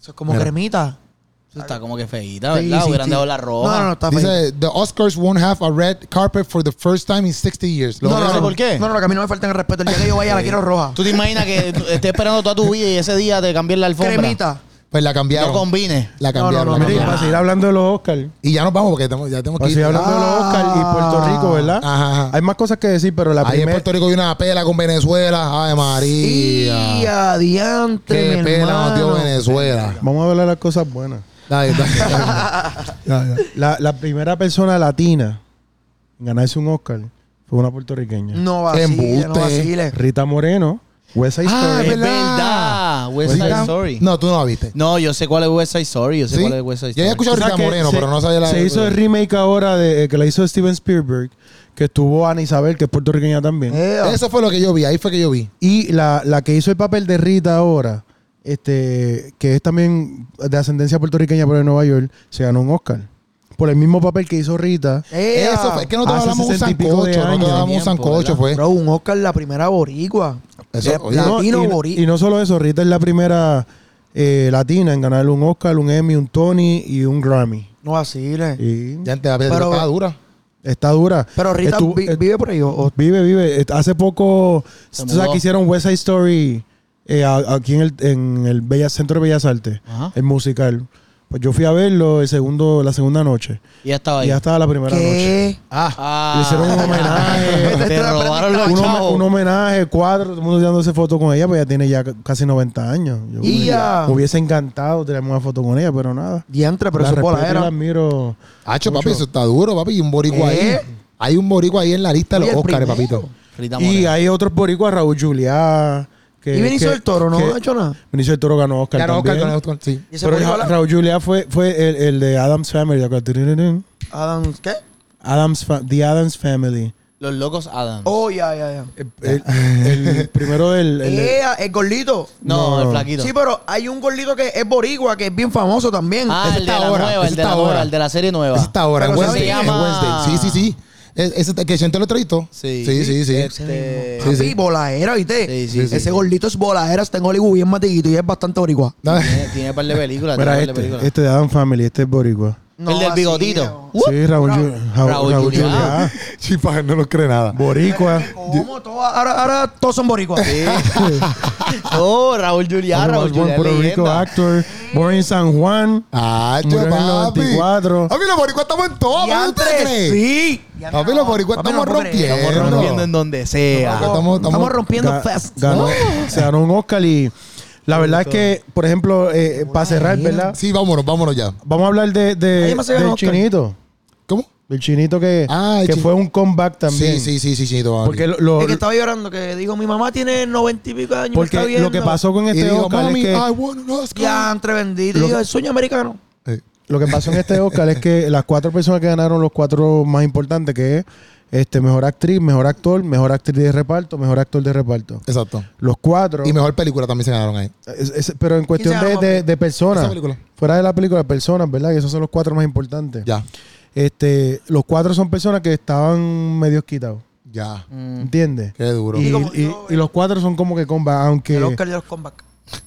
Eso es como Mira. cremita. Eso está como que feita, Sí, ¿verdad? sí, Hubieran sí. dejado la roja. No, no, no, está feo. Dice, the Oscars won't have a red carpet for the first time in 60 years. Lo No, voy a- no, ¿por qué? No, no, que a mí no me falta el respeto. El día que yo vaya la quiero roja. ¿Tú te imaginas que tú estés esperando toda tu vida y ese día te cambien la alfombra? Cremita. Pues la cambiaron. No combines. La No, cambiaron. no, la Mira, no, y cambiaron. para seguir hablando de los Oscars. Y ya nos vamos porque tenemos- ya tenemos Para que ir. seguir Ah. hablando de los Oscars y Puerto Rico, ¿verdad? Ajá, ajá. Hay más cosas que decir, pero la Ah. Ahí en primera. Puerto Rico hay una pela con Venezuela. Ay, Y María. adiante, Qué mi pela nos dio hermano. Venezuela. Vamos a hablar de las cosas buenas. Dale, dale, dale. La, la primera persona latina en ganarse un Oscar fue una puertorriqueña. No vacile, no Embuste. vacile. Rita Moreno, West Side Ah, Story. Es verdad. Pues verdad. West Side Story. No. No, tú no la viste. yo sé cuál es West Side Story. Yo sé ¿Sí? cuál es West Yo Side Story. había escuchado O sea Rica que Moreno, se- pero no sabía la Se hizo el remake ahora de, eh, que la hizo Steven Spielberg, que estuvo Ana Isabel, que es puertorriqueña también. Ea. Eso fue lo que yo vi. Ahí fue que yo vi. Y la, la que hizo el papel de Rita ahora, este, que es también de ascendencia puertorriqueña pero de Nueva York, se ganó un Oscar. Por el mismo papel que hizo Rita. Ea. Eso fue. Es que no te Hace hablamos un 60 y pico de sancocho. No te años. hablamos un Tiempo, sancocho, fue. Bro, un Oscar, la primera boricua. Eso, oye, La- No, Latino y, boricua. y no solo eso, Rita es la primera eh, latina en ganarle un Oscar, un Emmy, un Tony y un Grammy. No vacile. Y Ya te la Pero- estaba dura. está dura. Pero Rita Estuvo- vi- eh, vive por ahí. o- o- Vive, vive. Et- Hace poco, Se tú sabes mudó. que hicieron West Side Story eh, a- aquí en el, en el Bella- Centro de Bellas Artes, Ajá. el musical. Pues yo fui a verlo el segundo, la segunda noche. Y ya estaba Y ahí. ya estaba la primera noche. ¿Qué? Ah. Le hicieron un homenaje. Te robaron los Un, home- chavos. un homenaje, cuadro, todo el mundo dándose foto con ella, pues ella tiene ya c- casi 90 años. Yo Ya. me hubiese encantado tenerme una foto con ella, pero nada. Diantre, pero la eso es respeto bola y la era. admiro. Hacho, mucho. papi, eso está duro, papi. Y un boricua ¿Eh? ahí. Hay un boricua ahí en la lista de Oye, los el Óscares, primero. papito. Rita Y Moreno. hay otros boricuas, Raúl Juliá. Que, Y Benicio que- del Toro, ¿no que- ha hecho nada? Benicio del Toro ganó Oscar. Claro, Óscar también. con el Óscar, sí. ¿Y ese Pero boricua Ra- la- Raúl Julia fue, fue el, el de Adam's Family. ¿te acuerdas? Tirirín. Adam, ¿qué? Mm. Adam's Fa- The Adam's Family. Los locos Adam. Oh, ya, ya, ya. El, el- el primero del. el- Ea, el gordito. no, no. el flaquito. Sí, pero hay un gordito que es boricua, que es bien famoso también. ah, ese el de está la ahora, nueva, ese el de la está nueva, ahora. el de la serie nueva. Ese está ahora, en Pero Wednesday. se llama- En Wednesday. Sí, sí, sí. Es- Ese que gente lo entrevistó. Sí. Sí, sí, sí. Este- Papi, Sí, sí. bolaera, ¿viste? Sí, sí, Ese sí. gordito es bolaera, está en Hollywood bien matiguito y es bastante boricua. No, Tiene, tiene par de películas. tiene Mira, par de este, películas. este de Adam's Family, este es Boricua. No, el del así, eh, bigotito. no. Sí, Raúl, Raúl. Ju- Ja- Raúl Raúl Juliá. Juliá. Ah. Chipa, él no lo cree nada. Boricua. ¿Cómo? Todo- ahora, ahora todos son boricuas. oh, Raúl Juliá, Raúl Raúl Osborne, Juliá. Puerto Rico leyenda. actor. Born in San Juan. Ah, Murió en el papi. 94. Papi, los boricuas estamos en todo. Y papi, ¿usted antes, cree? sí. Papi, los boricuas Papi, no estamos puedo creer. rompiendo. Estamos rompiendo en donde sea. Estamos- estamos- Estamos rompiendo Ga- fest. Ganó, se ganó un Oscar y la verdad es que, por ejemplo, eh, para cerrar, ¿verdad? Sí, vámonos, vámonos ya. Vamos a hablar de, de- Nadie más se ganó del Oscar. chinito. ¿Cómo? Del chinito que, Ah, el que chin- fue un comeback Sí, también. sí, sí, sí, sí, toma, Porque, papi. lo, lo- Es que estaba llorando, que dijo, mi mamá tiene noventa y pico de años. me está porque viendo. lo que pasó con Y este digo, Oscar mami, es que... I want an Oscar. Ya, entre bendito. Lo- Dijo, el sueño americano. Eh, Lo que pasó en este Oscar es que las cuatro personas que ganaron los cuatro más importantes, que es este, mejor actriz, mejor actor, mejor actriz de reparto, mejor actor de reparto. Exacto. Los cuatro. Y mejor película también se ganaron ahí. Es- es- pero en cuestión ¿Quién se de, ganó, de- papi? de personas. Esa película. Fuera de la película, personas, ¿verdad? Y esos son los cuatro más importantes. Ya, Este, los cuatro son personas que estaban medio quitados. ya. ¿Entiendes? Qué duro. Y, Mm. Y como y- yo- y los cuatro son como que comba, aunque. El Oscar de los comebacks.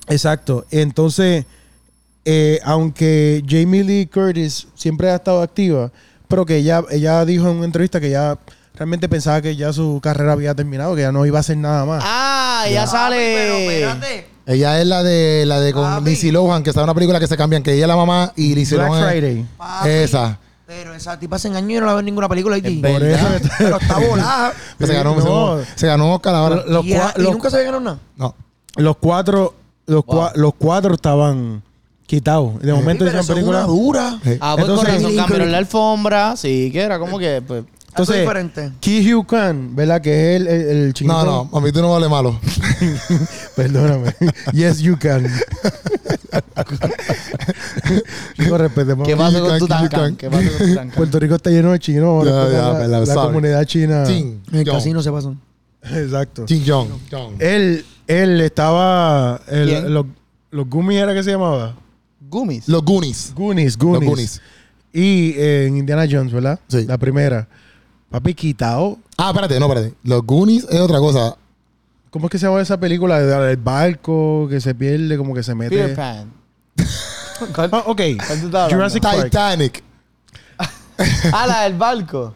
Exacto. Entonces, eh, aunque Jamie Lee Curtis siempre ha estado activa, pero que ella, ella dijo en una entrevista que ya realmente pensaba que ya su carrera había terminado, que ya no iba a hacer nada más. Ah, ya sale. Pero espérate. Ella es la de la de con Papi. Lindsay Lohan, que está en una película que se cambian, que ella es la mamá y Lindsay Black Lohan. es- Friday. Papi, Esa. Pero esa tipa hace años y no la veo en ninguna película. Y Es Por eso que- pero está volada. que se, ganó, No. se ganó- se ganó un Oscar ahora. Los y, era- cua- y los- nunca se había ganado nada. No. los cuatro, los, cua- los cuatro estaban quitados. De momento Sí, pero hicieron eso es película. una dura. Sí. Ah, pues con Entonces- razón cambiaron la alfombra. Sí, que era como que, pues. Entonces, Algo diferente. Ki Hugh Khan, ¿verdad? Que es el, el, el No, chinito. no, a mí tú no vale malo. Perdóname. yes, you can. Chico, respetemos. ¿Qué pasa Khan, con tu Khan, Khan. tancan? ¿Qué pasa con tu tancan? Puerto Rico está lleno de chinos. Ya, pues, respetemos ya, la, perdón, la sorry. comunidad china. Ching. En el Jong. casino se pasó. Exacto. Ching Jong. Jong. Él, él estaba. el- ¿Quién? los, los Gummy era que se llamaba. Gummies. Los Goonies. Goonies, Los Goonies. Goonies. Y eh, en Indiana Jones, ¿verdad? Sí. La primera. Papi, quitado. Ah, espérate, no, espérate. Los Goonies es otra cosa. ¿Cómo es que se llama esa película? De- del barco que se pierde, como que se Peter mete. Pan. Ah, ¿Cuál ok. tú estás hablando? Jurassic Park. Titanic. Ah, la del barco.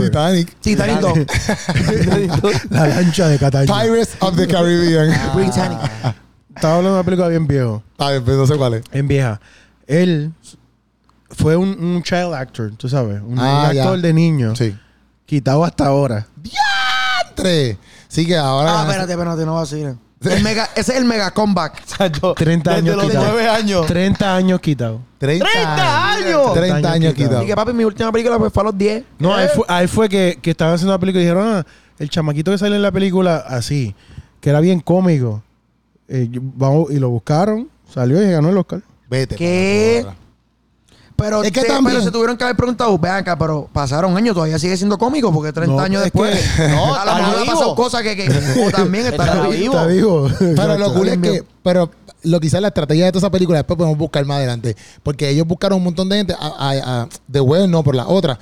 Titanic. Titanic dos. La lancha de Cataño. Pirates of the Caribbean. Britannic. Estaba hablando de una película bien viejo. A ver, pero pues, no sé cuál es. En vieja. Él fue un, un child actor, tú sabes. Un, Ah, un ya. actor de niño. Sí. Quitado hasta ahora. Tres. Sí que ahora. Ah, espérate, espérate, no vacilen. El mega, ese es el mega comeback. Chacho, 30 desde años los quitado. 9 años. 30 años quitado. 30, 30 años. 30 años quitado. Y que papi, mi última película pues, fue a los 10. No, ahí Eh, fue, ahí fue que, que estaban haciendo la película y dijeron, ah, el chamaquito que sale en la película así, que era bien cómico. Eh, yo- vamos, y lo buscaron, salió y ganó el Oscar. Vete. ¿Qué? para la porra. Pero, Es que te- también- pero se tuvieron que haber preguntado, vean acá, pero pasaron años, todavía sigue siendo cómico porque 30 No, años es después. que- no, a lo estará mejor le ha vivo. pasado cosas que, que o también estará Estará vivo. vivo. Está Pero vivo. lo Exacto. cool es que, pero lo quizás la estrategia de toda esa película después podemos buscar más adelante. Porque ellos buscaron un montón de gente, a- a- a- de web no, por la otra.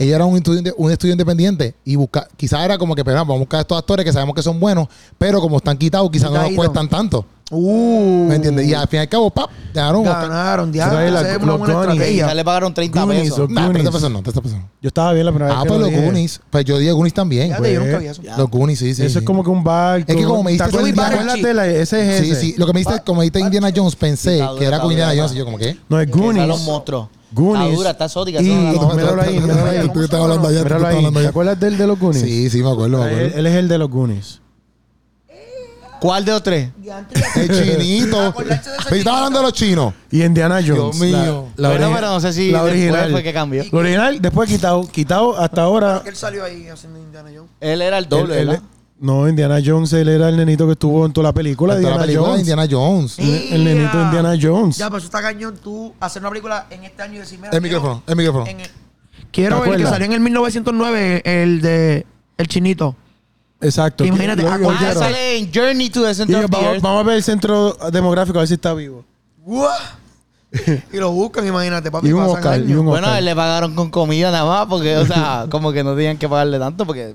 Ella era un estudio, un estudio independiente y busca, quizás era como que, pero vamos a buscar a estos actores que sabemos que son buenos, pero como están quitados, quizás no nos Quitadito. cuestan tanto. Uh, ¿Me entiendes? Y al fin y al cabo, ¡pap! Ganaron un Oscar. Ganaron, Trae diablo. la- Esa es una los buena Goonies. Ya estrategia. le pagaron 30 Goonies, pesos. ok. Nah, pero Goonies. esta persona no, esta persona. Yo estaba bien la primera vez. Ah, que pues lo los dije. Goonies. Pues yo dije Goonies también. Fíjate, yo nunca vi eso. Ya. Los Goonies, sí, sí. Eso sí. es como que un barco. Es que como me diste ¿Te acuerdas- Joey ¿te Barichi? acuerdas de la- ese es Sí, ese? sí. Lo que me diste, como me diste Indiana Jones, pensé Quitado, que era con quitado, Indiana Jones. quitado. Y yo como, ¿qué? No, es Están los Goonies. monstruos. Goonies. Está dura, está sótica. Y- eso no la vamos a- míralo ahí, míralo ahí. Tú que estás hablando allá, tú que Míralo estás ahí. hablando ¿Te allá. acuerdas del de los Goonies? Sí, sí, me acuerdo, me Él, acuerdo. él es el de los Goonies. ¿Cuál de los tres? El chinito. Me estaba hablando de los chinos. Y Indiana Dios Jones. la- mío. la Bueno, origi- pero no sé si la después original. fue que cambió. La original, después quitado. Quitado hasta ahora. Él salió ahí haciendo Indiana Jones. Él era el doble, Él- él- ¿verdad? no, Indiana Jones, él era el nenito que estuvo en toda la película. Hasta de la Indiana película de Jones. Indiana Jones. El- el nenito de Indiana Jones. Ya, pero eso está cañón tú hacer una película en este año y decir, mira, El quiero- micrófono, el micrófono. en el- Quiero el que acuerdas? salió en el 1909, el de El Chinito. Exacto. Imagínate, Yo- yo- yo- Ah, acuérdate. yo- sale en Journey to the yo- Center of the vamos, Earth. vamos a ver el centro demográfico, a ver si está vivo. y lo buscan, imagínate, papi. Y un pasan Oscar. años. Y un Bueno, Oscar. él le pagaron con comida nada más porque, o sea, como que no tenían que pagarle tanto porque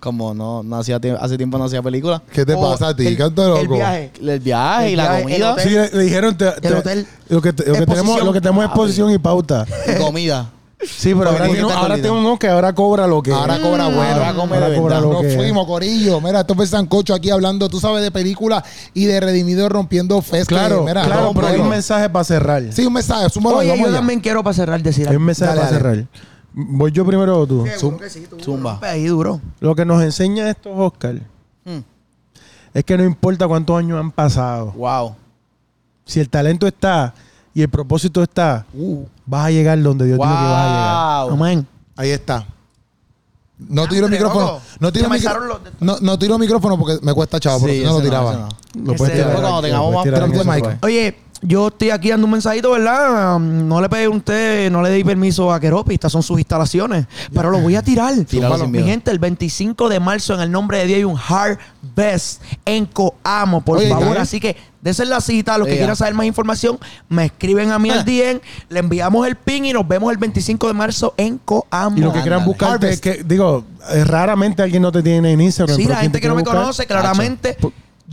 Como no, no hacía tie- hace tiempo no hacía película. ¿Qué te O pasa a ti? el- Canto loco. El viaje. El viaje y El la viaje, el comida. hotel. Sí, le, le dijeron te- te- hotel. lo que, te- lo que tenemos Exposición. lo que tenemos es exposición y pauta. Y comida. Sí, pero ahora, Porque tiene- tiene que ahora estar tengo uno que ahora cobra lo que Ahora cobra bueno. ahora come Ahora de cobra verdad. lo Nos que- fuimos, Corillo. Mira, esto fue Sancocho aquí hablando, tú sabes, de películas y de Redimido rompiendo festas. Claro, Mira, claro, no, pero hay bueno. un mensaje para cerrar. Sí, un mensaje. súmalo ahí, Oye, vamos yo allá. también quiero para cerrar decir Hay un algo. mensaje Dale, para dale. cerrar. ¿Voy yo primero o tú? Seguro que sí, tú zumba. rompe Ahí duro. Lo que nos enseña estos Oscar Mm. es que no importa cuántos años han pasado. Wow. Si el talento está y el propósito está, vas a llegar donde Dios dijo que vas a llegar. Wow. Amén. Ahí está. No tiro el André, micrófono. loco. No tiro, Se el me micro- echaron los de- no, no tiro el micrófono porque me cuesta chavo, porque Sí, si no lo ese no, tiraba. ese no. Lo Ese- puedes tirar. Después cuando aquí, tengamos lo más puedes tirar trap aquí, de no se Mike. puede. Oye, yo estoy aquí dando un mensajito, ¿verdad? Um, No le pedí a usted, no le di permiso a Keropi, estas son sus instalaciones. Pero lo voy a tirar. Tíralo sin Mi miedo. gente, el 25 de marzo, en el nombre de Dios, hay un Hard Best en Coamo, por Oye, favor. ¿eh? Así que desen la cita. Los que Ea. quieran saber más información, me escriben a mí Ah. al DM, le enviamos el pin y nos vemos el 25 de marzo en Coamo. Y lo que quieran Ándale. buscar es Harvest. que, digo, eh, raramente alguien no te tiene en Instagram. Sí, pero la quien te gente que no me quiere buscar- conoce, claramente,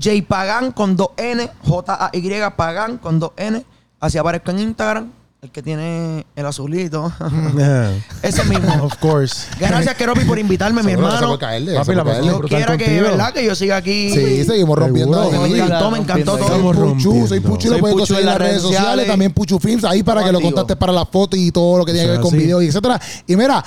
J Pagan con 2N, J-A-Y Pagan con 2N, así aparezco en Instagram, el que tiene el azulito. Yeah, Ese mismo. of course. Gracias, Keropi, por invitarme, mi Seguro que se hermano. puede caerle, Papi, se la puede pasamos caerle. Yo brutal quiera que, contigo. ¿verdad? Que yo siga aquí. Sí, seguimos Seguro. rompiendo. Me ahí. encantó, me encantó todo. Somos Puchu, soy rompiendo. Puchu y lo pueden Soy Puchu conseguir en las redes sociales, también Puchu Films, ahí para que lo Activo. contactes para las fotos y todo lo que tiene que Eso ver es con así. videos y etcétera. Y mira,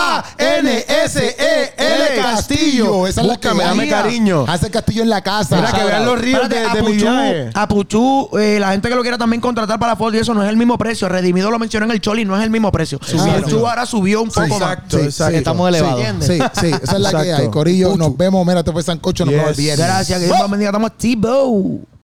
H-A-N-S-E-L E Castillo. Esa es la Búscame, que dame valía. cariño. Hace el castillo en la casa. Mira, que vean los ríos de, Espérate, de a mi Puchu, viaje. a Puchu, eh, la gente que lo quiera también contratar para la foto y eso no es el mismo precio. Redimido lo mencionó en el Choli, no es el mismo precio. Subieron. Puchu ahora subió un poco más. Exacto, Sí, exacto. Estamos elevados. entiende. Sí, sí, esa es la que Exacto. hay. Corillo, Puchu. nos vemos. Mira, te fue Sancocho, nos vemos el Yes. viernes. Gracias, que Dios los bendiga. Estamos T-Bow.